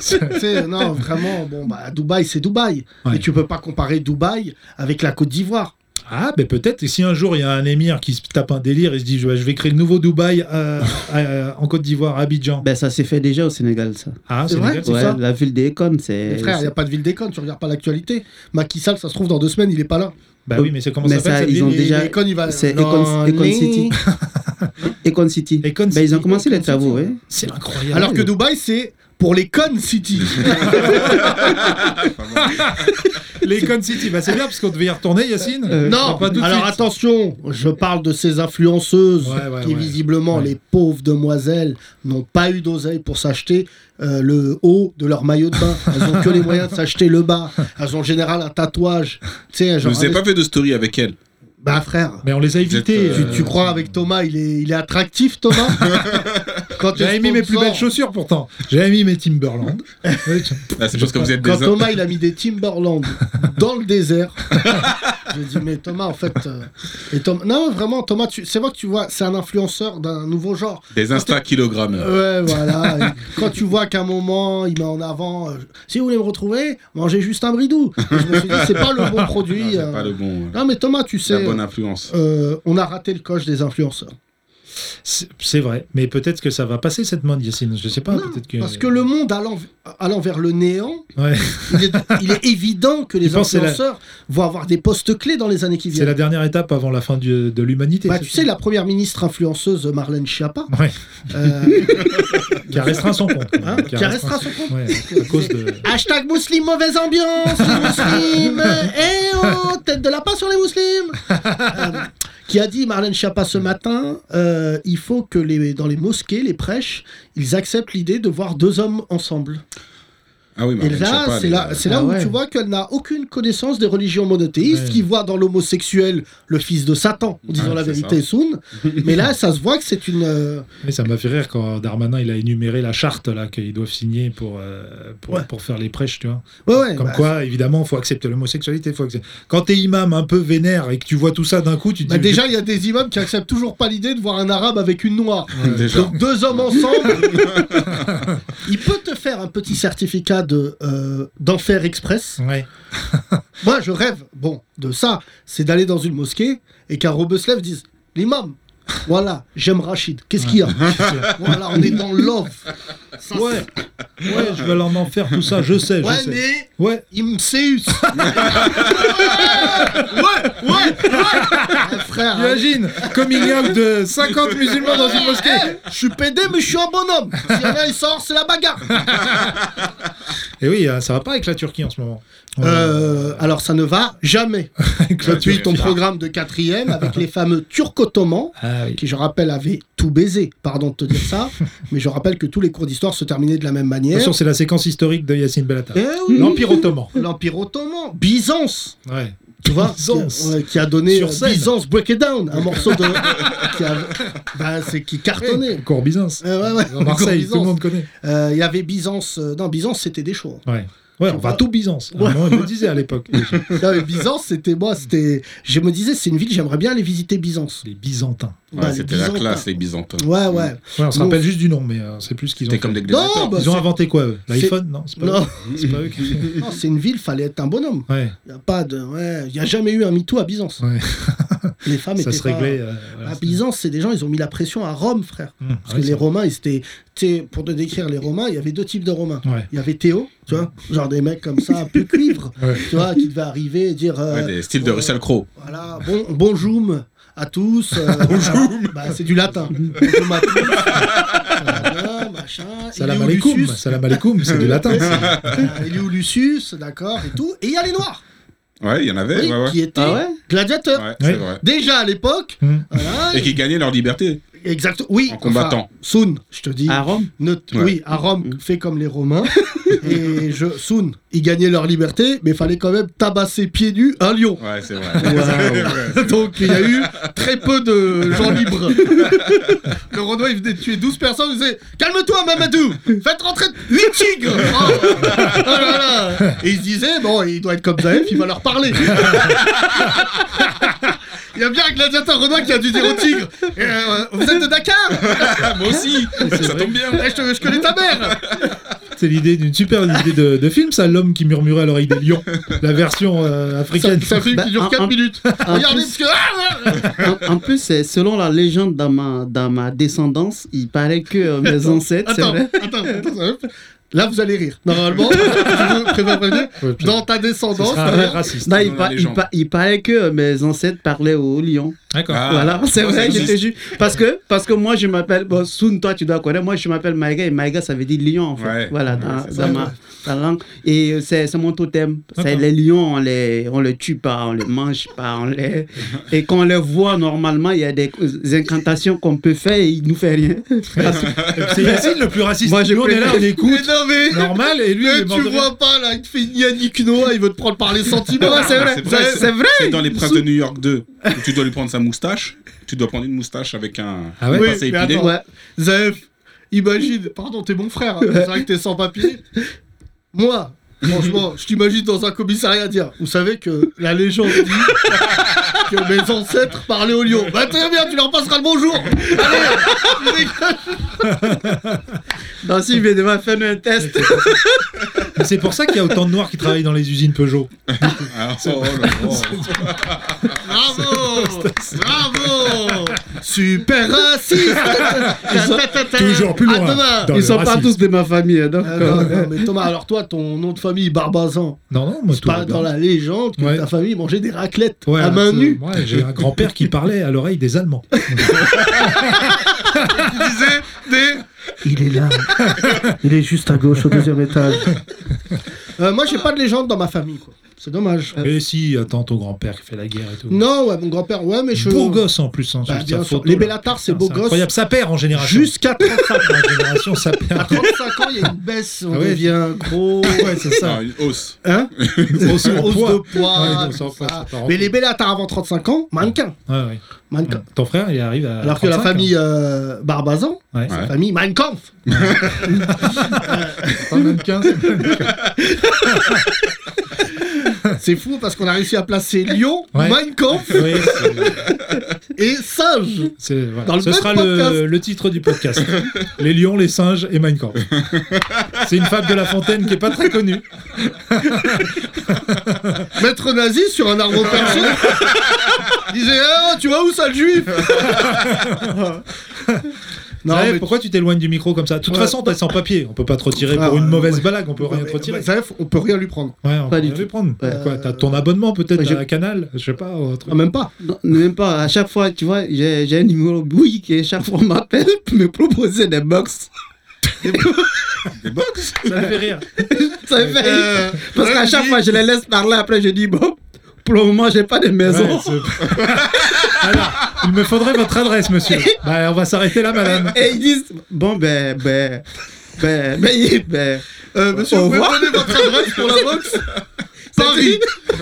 Tu sais, non, vraiment, bon, bah Dubaï, c'est Dubaï. Ouais. Mais tu peux pas comparer Dubaï avec la Côte d'Ivoire. Ah, ben peut-être. Et si un jour il y a un émir qui se tape un délire et se dit je vais- je vais créer le nouveau Dubaï euh, à- à- en Côte d'Ivoire, à Abidjan. Ben, ça s'est fait déjà au Sénégal, ça. Ah, C'est c'est vrai légal. C'est Ouais, ça la ville d'Econ, Mais c'est. frère, il n'y a c'est- pas de ville déconne, tu regardes pas l'actualité. Macky Sall, ça se trouve, dans deux semaines, il est pas là. Bah oui, mais c'est comment Mais ça s'appelle ça, cette Ah, ils ont ville déjà- Et Econ, il va. c'est Econ- Econ City. Econ City. Econ Ben, ils ont City, commencé les Econ travaux, City. ouais. C'est incroyable. Alors que Dubaï, c'est pour les Con City. les Con City, bah c'est bien parce qu'on devait y retourner, Yacine. Euh, non, pas tout de alors suite. attention, je parle de ces influenceuses Ouais, ouais, qui, ouais. visiblement, Ouais. les pauvres demoiselles, n'ont pas eu d'oseille pour s'acheter euh, le haut de leur maillot de bain. Elles ont que les moyens de s'acheter le bas. Elles ont en général un tatouage. Tu sais, Je genre. vous ai pas fait de story avec elle. Bah, frère. Mais on les a évités. êtes, Tu, euh, tu crois avec Thomas, il est, il est attractif, Thomas Quand tu J'avais mis mes plus belles sponsors- chaussures pourtant. J'avais mis mes Timberland. Ouais, tu- Là, Ah, c'est parce que vous êtes Quand des hommes. Thomas il a mis des Timberland dans le désert, j'ai dit mais Thomas en fait euh, et Tom- non vraiment Thomas tu... c'est vrai que tu vois c'est un influenceur d'un nouveau genre Des Insta kilogrammes. ouais voilà Et quand tu vois qu'à un moment il met en avant euh, si vous voulez me retrouver mangez juste un bridou Et je me suis dit c'est pas le bon Non, produit c'est euh. pas le bon. euh, non mais Thomas tu La sais bonne influence. euh, on a raté le coche des influenceurs C'est c'est vrai, mais peut-être que ça va passer cette mode, Yacine. Je sais pas. Non, peut-être que parce que le monde allant, allant vers le néant Ouais. il, est, il est évident que les penses que c'est la- influenceurs vont avoir des postes clés dans les années qui c'est viennent la dernière étape avant la fin du- de l'humanité. Bah, c'est tu ça sais, la première ministre influenceuse Marlène Schiappa, Ouais. euh, Qui arrêtera son compte. quand même. hein, qui restera son compte. Ouais, à cause de. Hashtag Mousseline, mauvaise ambiance, les Mousselines, eh oh, tête de lapin sur les Mousselines Euh, Qui a dit, Marlène Schiappa ce matin, euh, il faut que les, dans les mosquées, les prêches, ils acceptent l'idée de voir deux hommes ensemble. Ah oui, mais Et je sais là, pas, c'est les- là, c'est là Ah où ouais. tu vois qu'elle n'a aucune connaissance des religions monothéistes, Ouais. qui voit dans l'homosexuel le fils de Satan, disons Ouais, la c'est vérité, Soun. Mais là, ça se voit que c'est une... euh, Oui, ça m'a fait rire quand Darmanin il a énuméré la charte là qu'ils doivent signer pour euh, pour, Ouais. pour faire les prêches, tu vois. Ouais, ouais, Comme bah, quoi, évidemment, faut accepter l'homosexualité. Faut accepter... Quand t'es imam un peu vénère et que tu vois tout ça d'un coup, tu te Bah dis. déjà, il y a des imams qui acceptent toujours pas l'idée de voir un arabe avec une noire. Déjà. Donc deux hommes ensemble, il peut te faire un petit certificat de euh, d'enfer express. Ouais. Moi, je rêve, bon, de ça, c'est d'aller dans une mosquée et qu'un robeux se lève dise l'imam. Voilà, j'aime Rachid. Qu'est-ce qu'il y a Voilà, on est dans le love. Ça, Ouais. Ouais, je vais aller en enfer, tout ça, je sais, c'est- je Ouais, sais. mais Ouais, il me séus. ouais, ouais, ouais. Frère, hein. Imagine, coming out de 50 musulmans dans une mosquée. Eh, je suis pédé, mais je suis un bonhomme. Si rien il sort, c'est la bagarre. Et oui, euh, ça va pas avec la Turquie en ce moment. Euh, alors ça ne va jamais. Avec Tu as eu ton programme de quatrième avec les fameux Turcs ottomans, Ah oui. qui je rappelle avaient tout baisé, pardon de te dire ça, mais je rappelle que tous les cours d'histoire se terminaient de la même manière. Attention, c'est la séquence historique de Yacine Bellatar. Eh oui, L'Empire ottoman. L'Empire ottoman, Byzance, Ouais. tu vois, Byzance. Qui, a, ouais, qui a donné Sur euh, scène. Byzance Break It Down, un morceau de, qui, a- bah, c'est- qui cartonnait. Encore Byzance. Euh, ouais, ouais, En Marseille, tout le Byzance. monde connaît. Euh, Il y avait Byzance. euh, non, Byzance, c'était des shows. Ouais. Ouais, on va tout Byzance. Ah, moi, je me disais à l'époque. Non, mais Byzance, c'était moi. C'était. Je me disais, c'est une ville, j'aimerais bien aller visiter Byzance. Les Byzantins. Ouais, Bah, les c'était la Byzantins. classe, les Byzantins. Ouais, ouais. Ouais, on se Non. rappelle juste du nom, mais euh, on sait plus ce qu'ils ont. C'était fait. comme des Non, gladiateurs. bah, Ils ont c'est- inventé quoi eux L'iPhone Non, c'est pas Non, eux. C'est pas eux qui- non, c'est une ville, fallait être un bonhomme. Ouais, Il n'y a pas de. Ouais, y a jamais eu un MeToo à Byzance. Ouais. Les femmes ça étaient se pas- réglait. euh, voilà, À c'était- Byzance, c'est des gens, ils ont mis la pression à Rome, frère. Hum, Parce ouais, que les Romains, ils étaient. tu sais, Pour te décrire les Romains, il y avait deux types de Romains. c'est- Ouais. Il y avait Théo, tu vois, genre des mecs comme ça, un peu cuivre, Ouais. tu vois, qui devait arriver et dire. euh, Ouais, des styles de euh, Russell Crowe. Voilà, bon, bonjour à tous. euh, voilà. Bah, c'est du latin. Bonjour à tous. Voilà, machin. Salam Iliou alaikum. Lucius. Euh, Salam alaikum, c'est du latin. ça. Voilà, Iliou Lucius, d'accord, et tout. Et il y a les Noirs, Ouais, il y en oui, avait, ouais, Eh, bah ouais. qui étaient Ah ouais Hmm. gladiateurs. Ouais, c'est Oui. vrai. Déjà à l'époque, Hum. voilà, Et qui gagnaient leur liberté. exact, oui, En combattant. enfin, Sun, je te dis, À Rome ne t- Ouais. oui, à Hmm. Rome, fait comme les Romains, et je, Sun, ils gagnaient leur liberté, mais fallait quand même tabasser pieds nus un lion. Ouais, c'est vrai. Donc il y a eu très peu de gens libres. Le Renoir il venait de tuer 12 personnes, il disait Calme-toi Mamadou, faites rentrer 8 tigres Oh, oh là là. Et il se disait Bon, il doit être comme Zaef, il va leur parler. Il y a bien un gladiateur Renoir qui a dû dire au tigre Euh, Vous êtes de Dakar Ah, Moi aussi, ça tombe bien. Eh, je, te- je connais ta mère C'est l'idée d'une super idée de, de film, ça, l'homme qui murmurait à l'oreille des lions. La version euh, Ça, africaine. ça fait Bah, qui dure un- 4 un- minutes. un Regardez, parce plus- que. Ah, ah, En, en plus, c'est- selon la légende dans ma, dans ma descendance, il paraît que euh, mes ancêtres, c'est Attends, vrai. attends, attends, ça va. Là, vous allez rire. Normalement, je vous préviens, préviens, Ouais, puis- dans ta ce descendance, sera un vrai raciste. Non, dans il, la pa- il légende. pa- il paraît que euh, mes ancêtres parlaient au lion. D'accord. Ah, voilà, c'est oh, vrai, c'est je te juste. jure. Parce que, parce que moi, je m'appelle. Bon, Soun, toi, tu dois connaître. Moi, je m'appelle Maïga et Maïga, ça veut dire lion, en fait. Ouais. Voilà, Ouais, dans, c'est dans ça. ma dans la langue. Et euh, c'est c'est mon totem. C'est D'accord. Les lions, on les, on les tue pas, on les mange pas, on les. Et quand on les voit, normalement, il y a des, des incantations qu'on peut faire et il nous fait rien. C'est Yacine le plus raciste. Moi, j'ai Nous, on est là, on préféré- écoute. Mais non, mais- Normal, et lui, il est Mais mort de tu rire. vois pas là, il te fait une Yannick Noah, il veut te prendre par les sentiments. c'est vrai. ah, c'est- C'est dans les princes de New York 2 où tu dois lui prendre sa moustache. Tu dois prendre une moustache avec un. Ah ouais un Oui, pinceau mais épilé. attends. Ouais. Zaef, imagine, pardon, t'es mon frère, hein, c'est vrai que t'es sans papier. Moi, franchement, je t'imagine dans un commissariat dire Vous savez que la légende dit que mes ancêtres parlaient au lion. Bah très bien, tu leur passeras le bonjour. Allez, Donc, s'il vient devoir faire un test. Mais c'est pour ça qu'il y a autant de noirs qui travaillent dans les usines Peugeot. Ah, oh, là, oh. bravo Bravo Super raciste Toujours plus À loin. demain. Dans Ils le sont pas racisme. tous de ma famille. hein, donc, Ah euh, non, non, mais Thomas, alors toi, ton nom de famille, Barbazan, Non, non, moi, c'est tout va pas bien. dans la légende que Ouais. ta famille mangeait des raclettes Ouais, à main c'est- nue. ouais, j'ai un grand-père qui parlait à l'oreille des Allemands. Tu disais des... Il est là. Il est juste à gauche au deuxième étage. Euh, moi, j'ai pas de légende dans ma famille, quoi. C'est dommage. Mais si, attends, ton grand-père qui fait la guerre et tout. Euh, Non, ouais, mon grand-père, ouais, mais je... Beau gosse en plus, hein, Bah, sur bien sa sûr. photo, Les là. Bellatards, c'est Putain, beau gosse. Incroyable, ça perd en génération. Jusqu'à 35 en génération, ça À perd. 35 ans, il y a une baisse, on Ah ouais. devient gros. Ouais, c'est Ah, ça. une hausse. Hein Grosse en Hausse poids. Ah de poids. Ouais, grosse en tout poids, ça. c'est pas mais rentable. les Bellatards avant 35 ans, mannequin. Ouais, ouais. mannequin. Ouais. Ton frère, il arrive à. Alors que la 35, famille euh, Barbazan, hein. Ouais. la Ouais. famille Mein Kampf. Pas même 15. hein. C'est fou parce qu'on a réussi à placer Lyon, Ouais. Mein Kampf Oui, c'est- et Sage. c'est- voilà. Dans le Ce même sera podcast. le, le titre du podcast. les lions, les singes et Minecraft. C'est une fable de La Fontaine qui est pas très connue. Maître nazi sur un arbre perché disait Ah, tu vois où ça le juif Non, Zaev, mais- pourquoi tu t'éloignes du micro comme ça De toute Ouais. façon, t'es sans papier. On peut pas te retirer Ah, pour une ouais, mauvaise ouais. blague. On peut rien Mais- te retirer. mais Zaef, on peut rien lui prendre. Ouais, on Pas peut du rien tout. lui prendre. Ouais. Quoi, T'as ton abonnement peut-être Ouais, je- à Canal Je sais pas. ou un truc. Ah, même pas. Non, même pas. À chaque fois, tu vois, j'ai j'ai un numéro bouilli qui, à chaque fois, on m'appelle pour me proposer des box. Des box Ça me fait rire. Ça me fait rire. Euh, Parce qu'à lundi. chaque fois, je les laisse parler. Après, je dis, bon, pour le moment, j'ai pas de maison. Ouais, c'est- Alors, il me faudrait votre adresse, monsieur. Bah, on va s'arrêter là, madame. Ben, Et ils disent, bon, ben, ben, ben, ben, ben, Euh, monsieur, Au vous pouvez me revoir. donner votre adresse pour la boxe Paris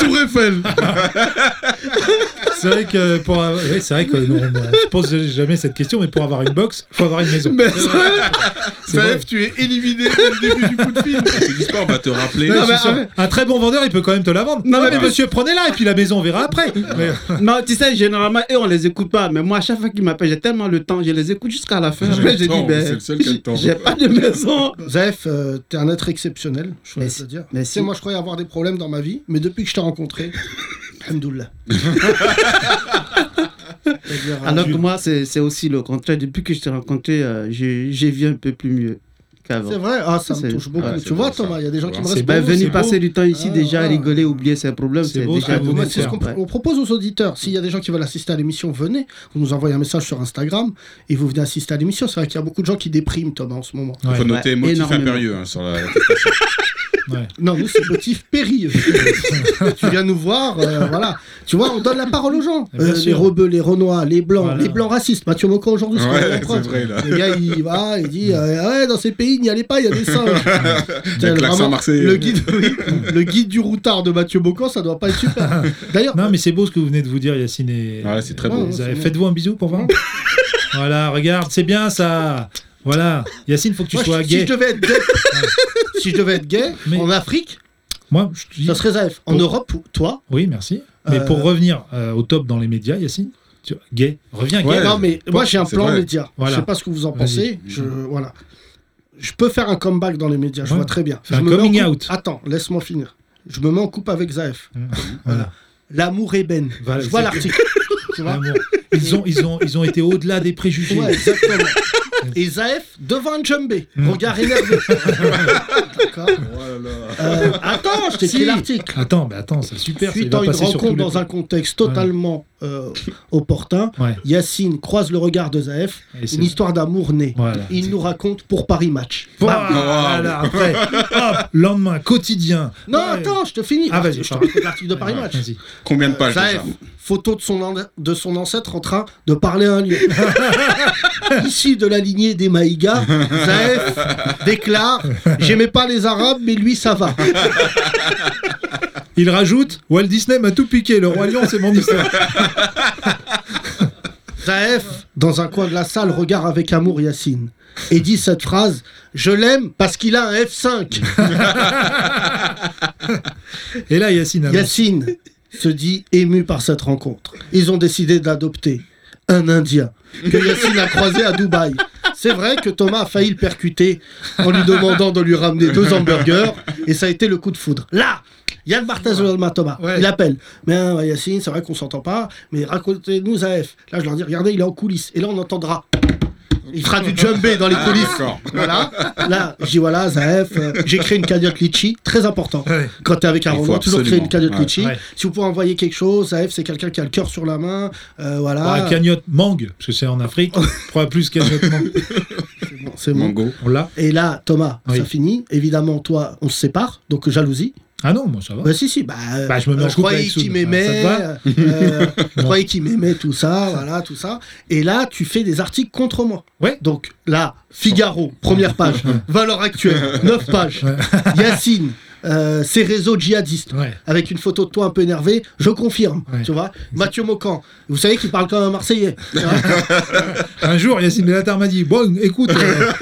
Tour Eiffel C'est vrai que pour avoir- ouais, c'est vrai que non, on- euh, je pose jamais cette question, mais pour avoir une box, faut avoir une maison. ben. C'est vrai. Saif, tu es éliminé dès le début du coup de fil C'est du sport, on va te rappeler. Ouais, Non, je suis mais- sûr. ah, mais- Un très bon vendeur, il peut quand même te la vendre. Non, Non, mais- mais monsieur, prenez-la et puis la maison, on verra après. Mais- Non, tu sais, généralement, eux, on les écoute pas. Mais moi, à chaque fois qu'ils m'appellent, j'ai tellement le temps, je les écoute jusqu'à la fin. J'ai Après, le je dis, temps, c'est ben, le seul qui a le temps. j'ai pas de maison. Zaef, euh, t'es un être exceptionnel, je voulais Merci. te dire. Merci. Tu sais, moi, je croyais avoir des problèmes dans ma vie, mais depuis que je t'ai rencontré, Alhamdoulilah. C'est-à-dire, euh, Alors tu- que moi, c'est c'est aussi le contraire. Depuis que je t'ai rencontré, euh, je, je vis un peu plus mieux C'est qu'avant. vrai, ah, ça me C'est- touche beaucoup. ouais, c'est tu vois, beau, ça. Thomas, il y a des gens qui me C'est respectent. Ben, beau, venir c'est passer beau. du temps ici, Ah, déjà, ah. rigoler, oublier ses problèmes, C'est c'est beau, déjà c'est beau, beaucoup. Moi, c'est ce qu'on Ouais. on propose aux auditeurs. S'il y a des gens qui veulent assister à l'émission, venez. Vous nous envoyez un message sur Instagram et vous venez assister à l'émission. C'est vrai qu'il y a beaucoup de gens qui dépriment, Thomas, en ce moment. Il faut Ouais, noter motif énormément. impérieux hein, sur la. ouais. Non, nous, c'est motif péril. tu viens nous voir, euh, voilà. Tu vois, on donne la parole aux gens. Bien Euh, sûr. les rebeux, les renois, les blancs, Voilà. les blancs racistes. Mathieu Moko aujourd'hui, Ouais, la c'est preuve. vrai, là. Le gars, il va, il dit euh, Ouais, dans ces pays, n'y allez pas, il y a des singes. Tiens, Avec l'accent vraiment, marseillais. Le guide, oui, le guide du routard de Mathieu Bocan, ça doit pas être super. D'ailleurs, Non, mais c'est beau ce que vous venez de vous dire, Yacine. Et... Ouais, c'est très beau. Vous avez- Ouais, c'est Faites-vous un bisou pour moi. voilà, regarde, c'est bien ça. Voilà, Yacine, faut que tu moi, sois je- si gay. je devais être gay, si je devais être gay Mais- en Afrique, Moi, je te dis. ça serait Zaef. En Pour- Europe, toi, Oui, merci. Mais Euh, pour revenir euh, au top dans les médias, Yacine, tu... gay, reviens gay. Ouais. non, mais moi j'ai un c'est plan vrai. média. Voilà. Je sais pas ce que vous en Vas-y. pensez. Je voilà. Je peux faire un comeback dans les médias. Je Ouais. vois très bien. Fais Je un me mets en coming couple- out. Attends, laisse-moi finir. Je me mets en couple avec Zaef. Voilà. L'amour ébène. Voilà, je vois Ah, c'est- l'article. tu vois L'amour. Ils ont, ils ont, ils ont été au-delà des préjugés. Ouais, exactement. Et Zaef devant un jumbé. Mm. Regard énervé. D'accord. Oh Euh, attends, je t'ai Si. écrit l'article. Attends, mais attends, c'est super. ça, il Suite va à une passer sur rencontre tous les dans un contexte totalement euh, opportun, Ouais. Yacine croise le regard de Zaef, Et c'est- une histoire d'amour née. Voilà. Il nous raconte pour Paris Match. Bam. Ah, Voilà, après, hop, lendemain, quotidien. Non, Ouais. attends, je te finis. Ah, vas-y, je te pardon. raconte l'article de Paris Ouais, Match. vas-y. Combien de pages Zaef, déjà photo de son, an- de son ancêtre en train de parler à un lion. Issu de la lignée des Maïga, Zaef déclare J'aimais pas les Arabes, mais lui, ça va. Il rajoute Walt Disney m'a tout piqué, le roi lion, c'est mon histoire. Zaef, dans un coin de la salle, regarde avec amour Yacine et dit cette phrase Je l'aime parce qu'il a un F5. Et là, Yacine, annonce. Yacine se dit ému par cette rencontre. Ils ont décidé d'adopter un Indien que Yacine a croisé à Dubaï. C'est vrai que Thomas a failli le percuter en lui demandant de lui ramener deux hamburgers et ça a été le coup de foudre. Là Yann Barthès le lendemain, Thomas. Ouais. Il appelle. Mais hein, ouais, Yacine, c'est vrai qu'on s'entend pas, mais racontez-nous AF. Là, je leur dis, regardez, il est en coulisses. Et là, on entendra. Il fera du jumbé dans les Ah, coulisses. d'accord. Voilà. Là, je dis voilà, Zaef, euh, j'ai créé une cagnotte Litchi, très important. Ouais. Quand t'es avec un Il faut Renoir, toujours créer absolument. une cagnotte Ouais. Litchi. Ouais. Si vous pouvez envoyer quelque chose, Zaef, c'est quelqu'un qui a le cœur sur la main. euh, Pour voilà. la Ah, cagnotte mangue, parce que c'est en Afrique, pourquoi plus cagnotte mangue Bon, c'est bon. Mango. On l'a Et là, Thomas, ça Oui. finit. Évidemment, toi, on se sépare, donc jalousie. Ah non, moi ça va. Bah, si, si, bah, euh, Bah, je me mets en couple croyais avec Soud. qu'il m'aimait, Ah, euh, je Non. croyais qu'il m'aimait, tout ça, voilà, tout ça. Et là, tu fais des articles contre moi. Ouais. Donc là, Figaro, première page, valeur actuelle, 9 pages, Yacine, euh, ses réseaux djihadistes. Ouais. avec une photo de toi un peu énervé, je confirme, Ouais. tu vois. Mathieu Mocan, vous savez qu'il parle comme un Marseillais. tu vois. Un jour, Yacine Bellatar m'a dit Bon, écoute, euh,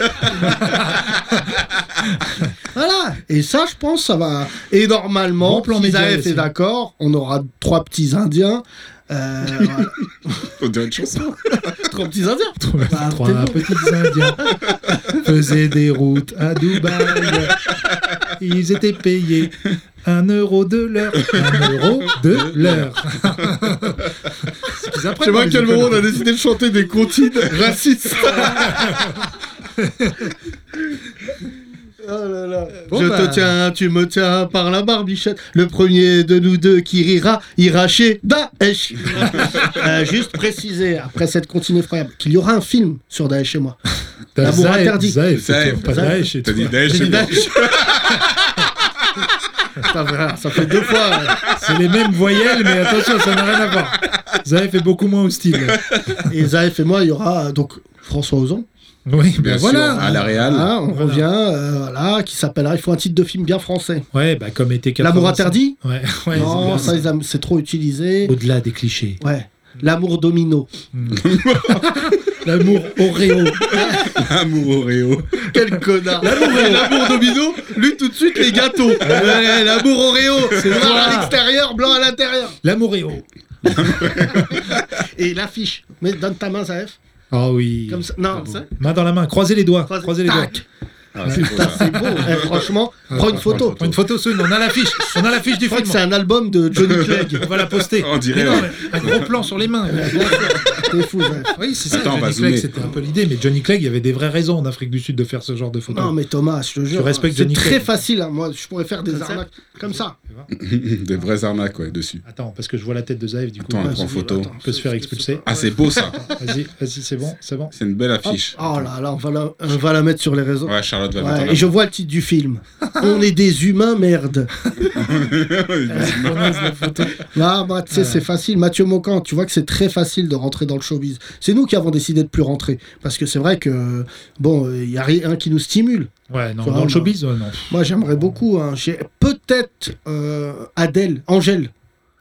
voilà. Et ça, je pense, ça va. Et normalement, Bon plan si média, Zaef est Yacine. d'accord, on aura trois petits Indiens. Euh, voilà. On dirait une chanson. trois petits Indiens. trois, Bah, trois t'es bon. petits Indiens faisaient des routes à Dubaï. Ils étaient payés un euro de l'heure. Un euro de l'heure. C'est qu'ils apprennent Je vois dans à les quel écoles. moment on a décidé de chanter des comptines racistes. Oh là là. Bon, Je bah. te tiens, tu me tiens par la barbichette. Le premier de nous deux qui rira ira chez Daesh. Euh, juste préciser, après cette comptine effroyable, qu'il y aura un film sur Daesh et moi. L'amour interdit. Zaev, Zaev. pas Zaev. Daesh et T'as tout. dit Daesh, c'est bon. Putain, voilà, ça fait deux fois. euh. C'est les mêmes voyelles, mais attention, ça n'a rien à voir. Zaev est beaucoup moins hostile. Et Zaef et moi, il y aura euh, donc François Ozon. Oui, ben Bien sûr, voilà. à la Real. Hein, on revient, euh, voilà, qui s'appellera. Il faut un titre de film bien français. Ouais, bah comme était L'amour 85. interdit Ouais, ouais. Non, c'est ça, bien, ils aiment- c'est trop utilisé. c'est Au-delà des clichés. Ouais. L'amour domino. L'amour Oreo. Ah. Amour Oreo. Quel connard. L'amour L'amour domino lui tout de suite les gâteaux. Ouais, L'amour Oreo, c'est noir à l'extérieur, blanc à l'intérieur. L'amour Oreo. Et l'affiche. Mais donne ta main, Zaef. Ah oui. Comme ça. Non, ça. Main dans la main, croisez les doigts. Croisez- Croisez les doigts. Tac. Ah, c'est beau, ça. C'est beau. Eh, franchement, prends une photo. Prends une photo, Sun, on a l'affiche. On a l'affiche du Je crois film. que c'est un album de Johnny Clegg. On va la poster. On dirait, Mais non, ouais. mais un gros plan sur les mains. T'es fou, Zaef. Oui, c'est ça. Attends, on va Johnny zoomer. Clegg, c'était un peu l'idée, mais Johnny Clegg, il y avait des vraies raisons en Afrique du Sud de faire ce genre de photos. Non mais Thomas, je te jure, respectes c'est Johnny très Clegg. facile. hein. Moi, je pourrais faire des arnaques comme ça. Des vraies arnaques, ouais, dessus. Attends, parce que je vois la tête de Zaev, du coup. Attends, on on prend photo. peut se faire expulser. Ah, c'est beau ça. Vas-y, vas-y, c'est bon, c'est bon. C'est une belle affiche. Oh là là, on va la, on va la mettre sur les réseaux. Ouais, Charlotte ah. Ouais, va et je vois le titre du film. on est des humains, merde. Là, bah, tu sais, c'est facile. Mathieu Mocan, tu vois que c'est très facile de rentrer dans le showbiz. C'est nous qui avons décidé de plus rentrer. Parce que c'est vrai que, bon, il n'y a rien qui nous stimule. Ouais, non, Faut dans vraiment- le showbiz, euh, non. Moi, j'aimerais beaucoup. hein. J'ai peut-être euh, Adèle, Angèle.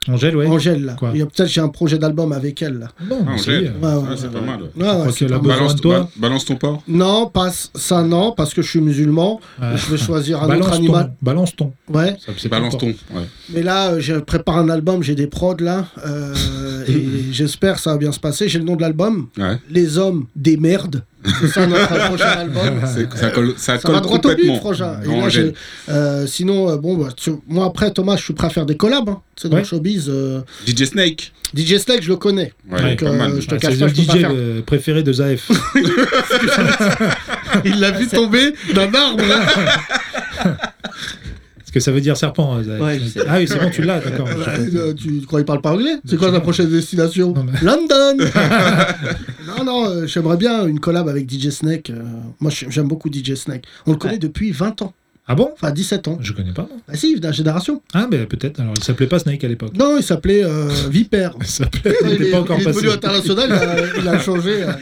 Angèle, ouais. Angèle, là. Quoi Il y a Peut-être j'ai un projet d'album avec elle. Là. Non, Ah, si, Angèle. euh, Ouais, ouais, Ah, c'est ouais, pas ouais. mal. ouais. Ouais, ouais, crois c'est qu'elle a pas mal. besoin Balance, de toi. ba- balance ton porc. Non, pas ça, non, parce que je suis musulman. Ouais. Je vais choisir un autre Ah. Balance animal. ton. Balance ton. Ouais. euh, Ça, c'est pas Balance ton. encore. Ouais. Mais là, euh, je prépare un album, j'ai des prods là, euh, et j'espère que ça va bien se passer. J'ai le nom de l'album, Ouais. Les Hommes des Merdes. C'est ça notre prochain album. C'est- Ça colle, ça Ça colle va droit au complètement. but, Frangin. Et Grand là, j'ai- Angèle. euh, sinon, euh, bon, bah, tu- moi après, Thomas, je suis prêt à faire des collabs. hein. C'est dans Ouais. le showbiz. euh, DJ Snake. DJ Snake, je le connais. Ouais, Ouais, pas euh, mal. je te Ouais, cache c'est pas, le je peux pas DJ faire. le préféré de Zaef. Il l'a vu tomber d'un arbre. Parce que ça veut dire serpent, euh, Zaef. Ouais, je sais. ah oui, c'est bon, tu l'as, d'accord. Euh, tu crois qu'il parle pas anglais C'est quoi je la sais prochaine destination Non, mais- London Non, non, euh, j'aimerais bien une collab avec DJ Snake. euh, moi, j'ai- j'aime beaucoup DJ Snake. On le connaît depuis 20 ans, Ah bon enfin 17 ans. Je connais pas. non. Ah si, il est de la génération. Ah, mais peut-être. Alors, il s'appelait pas Snake à l'époque. Non, il s'appelait euh, Vipère. Il s'appelait. Il il, n'était est, pas encore il est passé. devenu international, il a, il a changé. euh.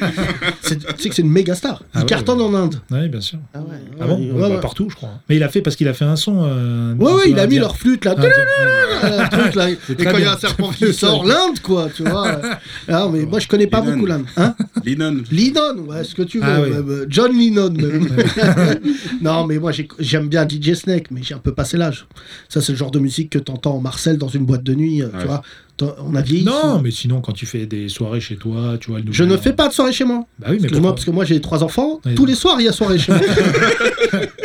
C'est- Tu sais que c'est une méga star. Ah il ouais, cartonne ouais. en Inde. Oui, bien sûr. Ah ouais, Ah bon ouais, Bah, ouais. Partout, je crois. Mais il a fait parce qu'il a fait un son. euh, un Ouais, peu ouais, il a mis indien. leur flûte là. Indien, ouais. un truc, là. Et Ah, très quand il y a bien. un serpent qui sort, l'Inde, quoi, tu vois. Ah, mais moi, je connais pas Lennon. beaucoup l'Inde. Hein Lennon. Lennon, ouais, ce que tu veux. Ah oui. même, euh, John Lennon, même. non, mais moi, j'ai- j'aime bien DJ Snake, mais j'ai un peu passé l'âge. Ça, c'est le genre de musique que t'entends en Marcel dans une boîte de nuit, euh, Ouais. tu vois. T'en- On a vieilli. Non, ça. mais sinon, quand tu fais des soirées chez toi, tu vois. le Je nouvel ne an- fais pas de soirée chez moi. Bah oui, mais Excuse-moi, pourquoi parce que moi, j'ai trois enfants. Oui, Tous non. les soirs, il y a soirée chez moi.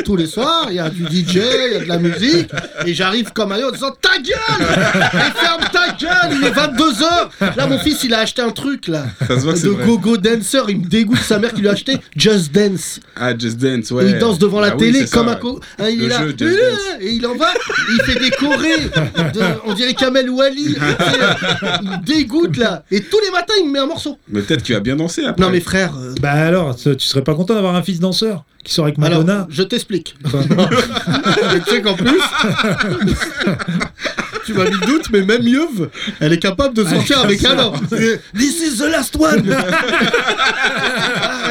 Tous les soirs, il y a du DJ, il y a de la musique. Et j'arrive comme un lion en disant Ta gueule Et ferme ta gueule Il est 22h Là, mon fils, il a acheté un truc, là. Ça se voit que c'est De vrai. Gogo Dancer. Il me dégoûte sa mère qui lui a acheté Just Dance. Ah, Just Dance, Et ouais. il danse devant la Ah oui, télé c'est ça, comme un ouais. co. hein, il Le est là. jeu Just Dance. et il en va. et il fait des chorés. de- on dirait Kamel Wally. il me dégoûte là. Et tous les matins, il me met un morceau. Mais peut-être qu'il va bien danser après. Non, mais frère. euh, Bah alors, tu tu serais pas content d'avoir un fils danseur qui sort avec alors, Madonna je t'explique. Enfin, Mais tu sais qu'en plus. Tu m'as mis le doute, mais même Yeuve, elle est capable de sortir avec Ah, un homme. This is the last one! Ah,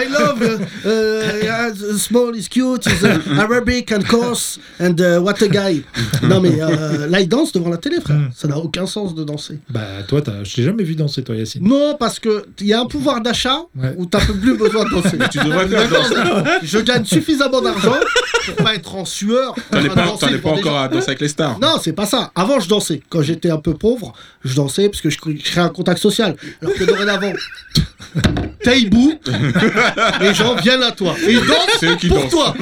I love uh, uh, uh, small is cute, is uh, Arabic and coarse, and uh, what a guy. Non mais euh, là, il danse devant la télé, frère. Ça n'a aucun sens de danser. Bah toi, t'as- je t'ai jamais vu danser, toi, Yacine. Non, parce que il y a un pouvoir d'achat Ouais. où t'as plus besoin de danser. Tu devrais faire D'accord, danser. Je gagne suffisamment d'argent pour pas être en sueur. en T'en train de es pas, danser t'en es pas devant des gens. encore à danser avec les stars. Non, c'est pas ça. Avant, je dansais. Quand j'étais un peu pauvre, je dansais parce que je cré- je créais un contact social. Alors que dorénavant, Taïbou, les gens viennent à toi. Et ils dansent C'est eux qui pour dansent. toi.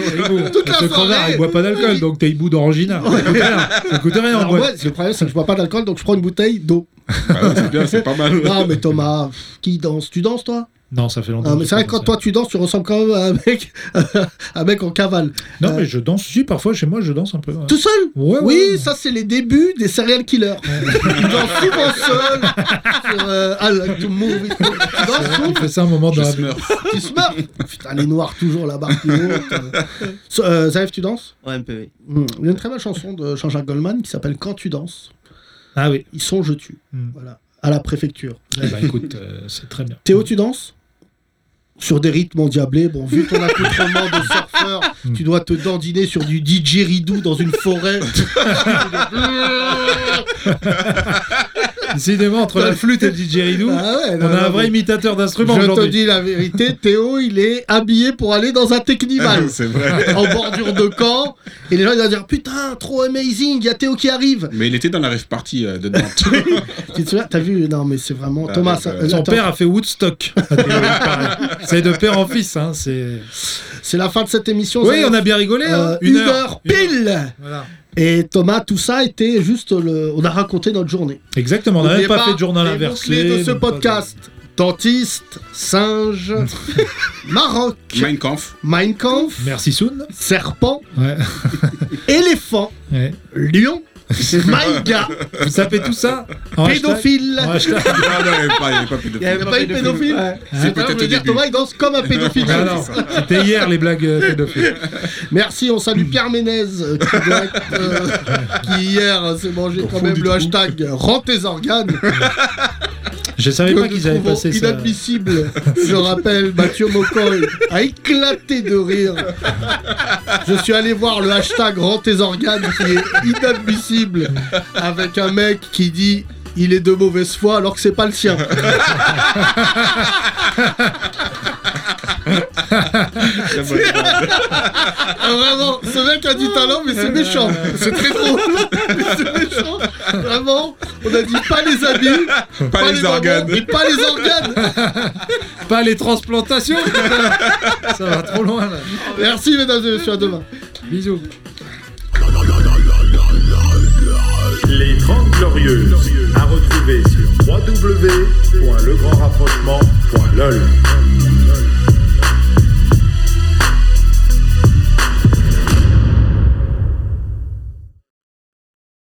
Toute la Ce crevard, soirée. il boit pas d'alcool, donc t'es hibou d'orangina. Ça coûte rien, ça coûte rien, Alors on boit. moi, le problème, c'est que je bois pas d'alcool, donc je prends une bouteille d'eau. Bah ouais, c'est bien, c'est pas mal. Non, mais Thomas, pff, qui danse Tu danses, toi Non, ça fait longtemps. Ah, que mais j'ai c'est vrai pas que quand fait toi tu danses, tu ressembles quand même à un mec, un mec en cavale. ça. Non, mais je danse. Si, parfois chez moi, je danse un peu. ouais. Euh, Tout seul Ouais, Oui, ouais. ça c'est les débuts des serial killers. Ils dansent souvent seuls. sur, euh, I like to move it. Ils dansent Il souvent fait ça un moment dans Je la smurf. tu se meurs. Putain, les noirs toujours là-bas. qui montent. So- euh, Zaev, tu danses Ouais, un peu, oui. Hmm. Mm. Il y a une très belle chanson de Jean-Jacques Goldman qui s'appelle Quand tu danses. Ah oui. Ils sont je tue. Mm. Voilà. À la préfecture. Eh ben, écoute, euh, c'est très bien. Théo, tu danses sur des rythmes endiablés, bon, vu ton accoutrement de surfeur, Mm. tu dois te dandiner sur du DJ Ridou dans une forêt. Décidément, entre la flûte et le didgeridoo, Ah ouais, on non, a un non, vrai mais imitateur d'instrument Je te aujourd'hui. dis la vérité, Théo, il est habillé pour aller dans un Technival. C'est vrai. en bordure de camp. Et les gens ils vont dire Putain, trop amazing, il y a Théo qui arrive. Mais il était dans la rêve party euh, de Nantes. Tu te souviens T'as vu Non, mais c'est vraiment. Ah, Thomas, avec, euh, euh, Son attends, père a fait Ah, Woodstock. c'est de père en fils. Hein, c'est... c'est la fin de cette émission. Oui, ça- on a bien rigolé. hein. euh, une, heure, pile Voilà. Et Thomas, tout ça était juste le. On a raconté notre journée. Exactement, on n'avait N'oubliez pas, fait de journal les inversé. mots-clés de ce donc pas podcast dentiste, singe, Maroc, Mein Kampf. Mein Kampf, Merci Soon. serpent, Ouais. éléphant, ouais. lion, maïga, Vous tapez tout ça en hashtag- pédophile. en hashtag- Non, Ah, non, il n'y avait pas, il y avait pas plus de. Il n'y avait pas eu de pédophile C'est Ça, peut-être je au veux dire, début. Thomas, il danse comme un pédophile. Ah non, c'était hier les blagues euh, pédophiles. Merci, on salue Pierre Ménez, euh, qui, doit être, euh, qui hier euh, s'est mangé quand même le hashtag euh, Rends tes organes, Je savais que pas nous qu'ils avaient trouvons passé ça. inadmissible. Je rappelle, Mathieu Mocoy a éclaté de rire. Je suis allé voir le hashtag Rends tes organes, qui est inadmissible, avec un mec qui dit il est de mauvaise foi alors que c'est pas le sien. Ah, vraiment, ce mec a du talent, mais c'est méchant. C'est très drôle. Mais c'est méchant. Vraiment, on a dit pas les habits, Pas, les, organes. mamans, et pas les organes. Pas les transplantations putain. Ça va trop loin là. Merci, mesdames et messieurs, à demain. Bisous. Les 30 Glorieuses, à retrouver sur www.legrandrapprochement.lol.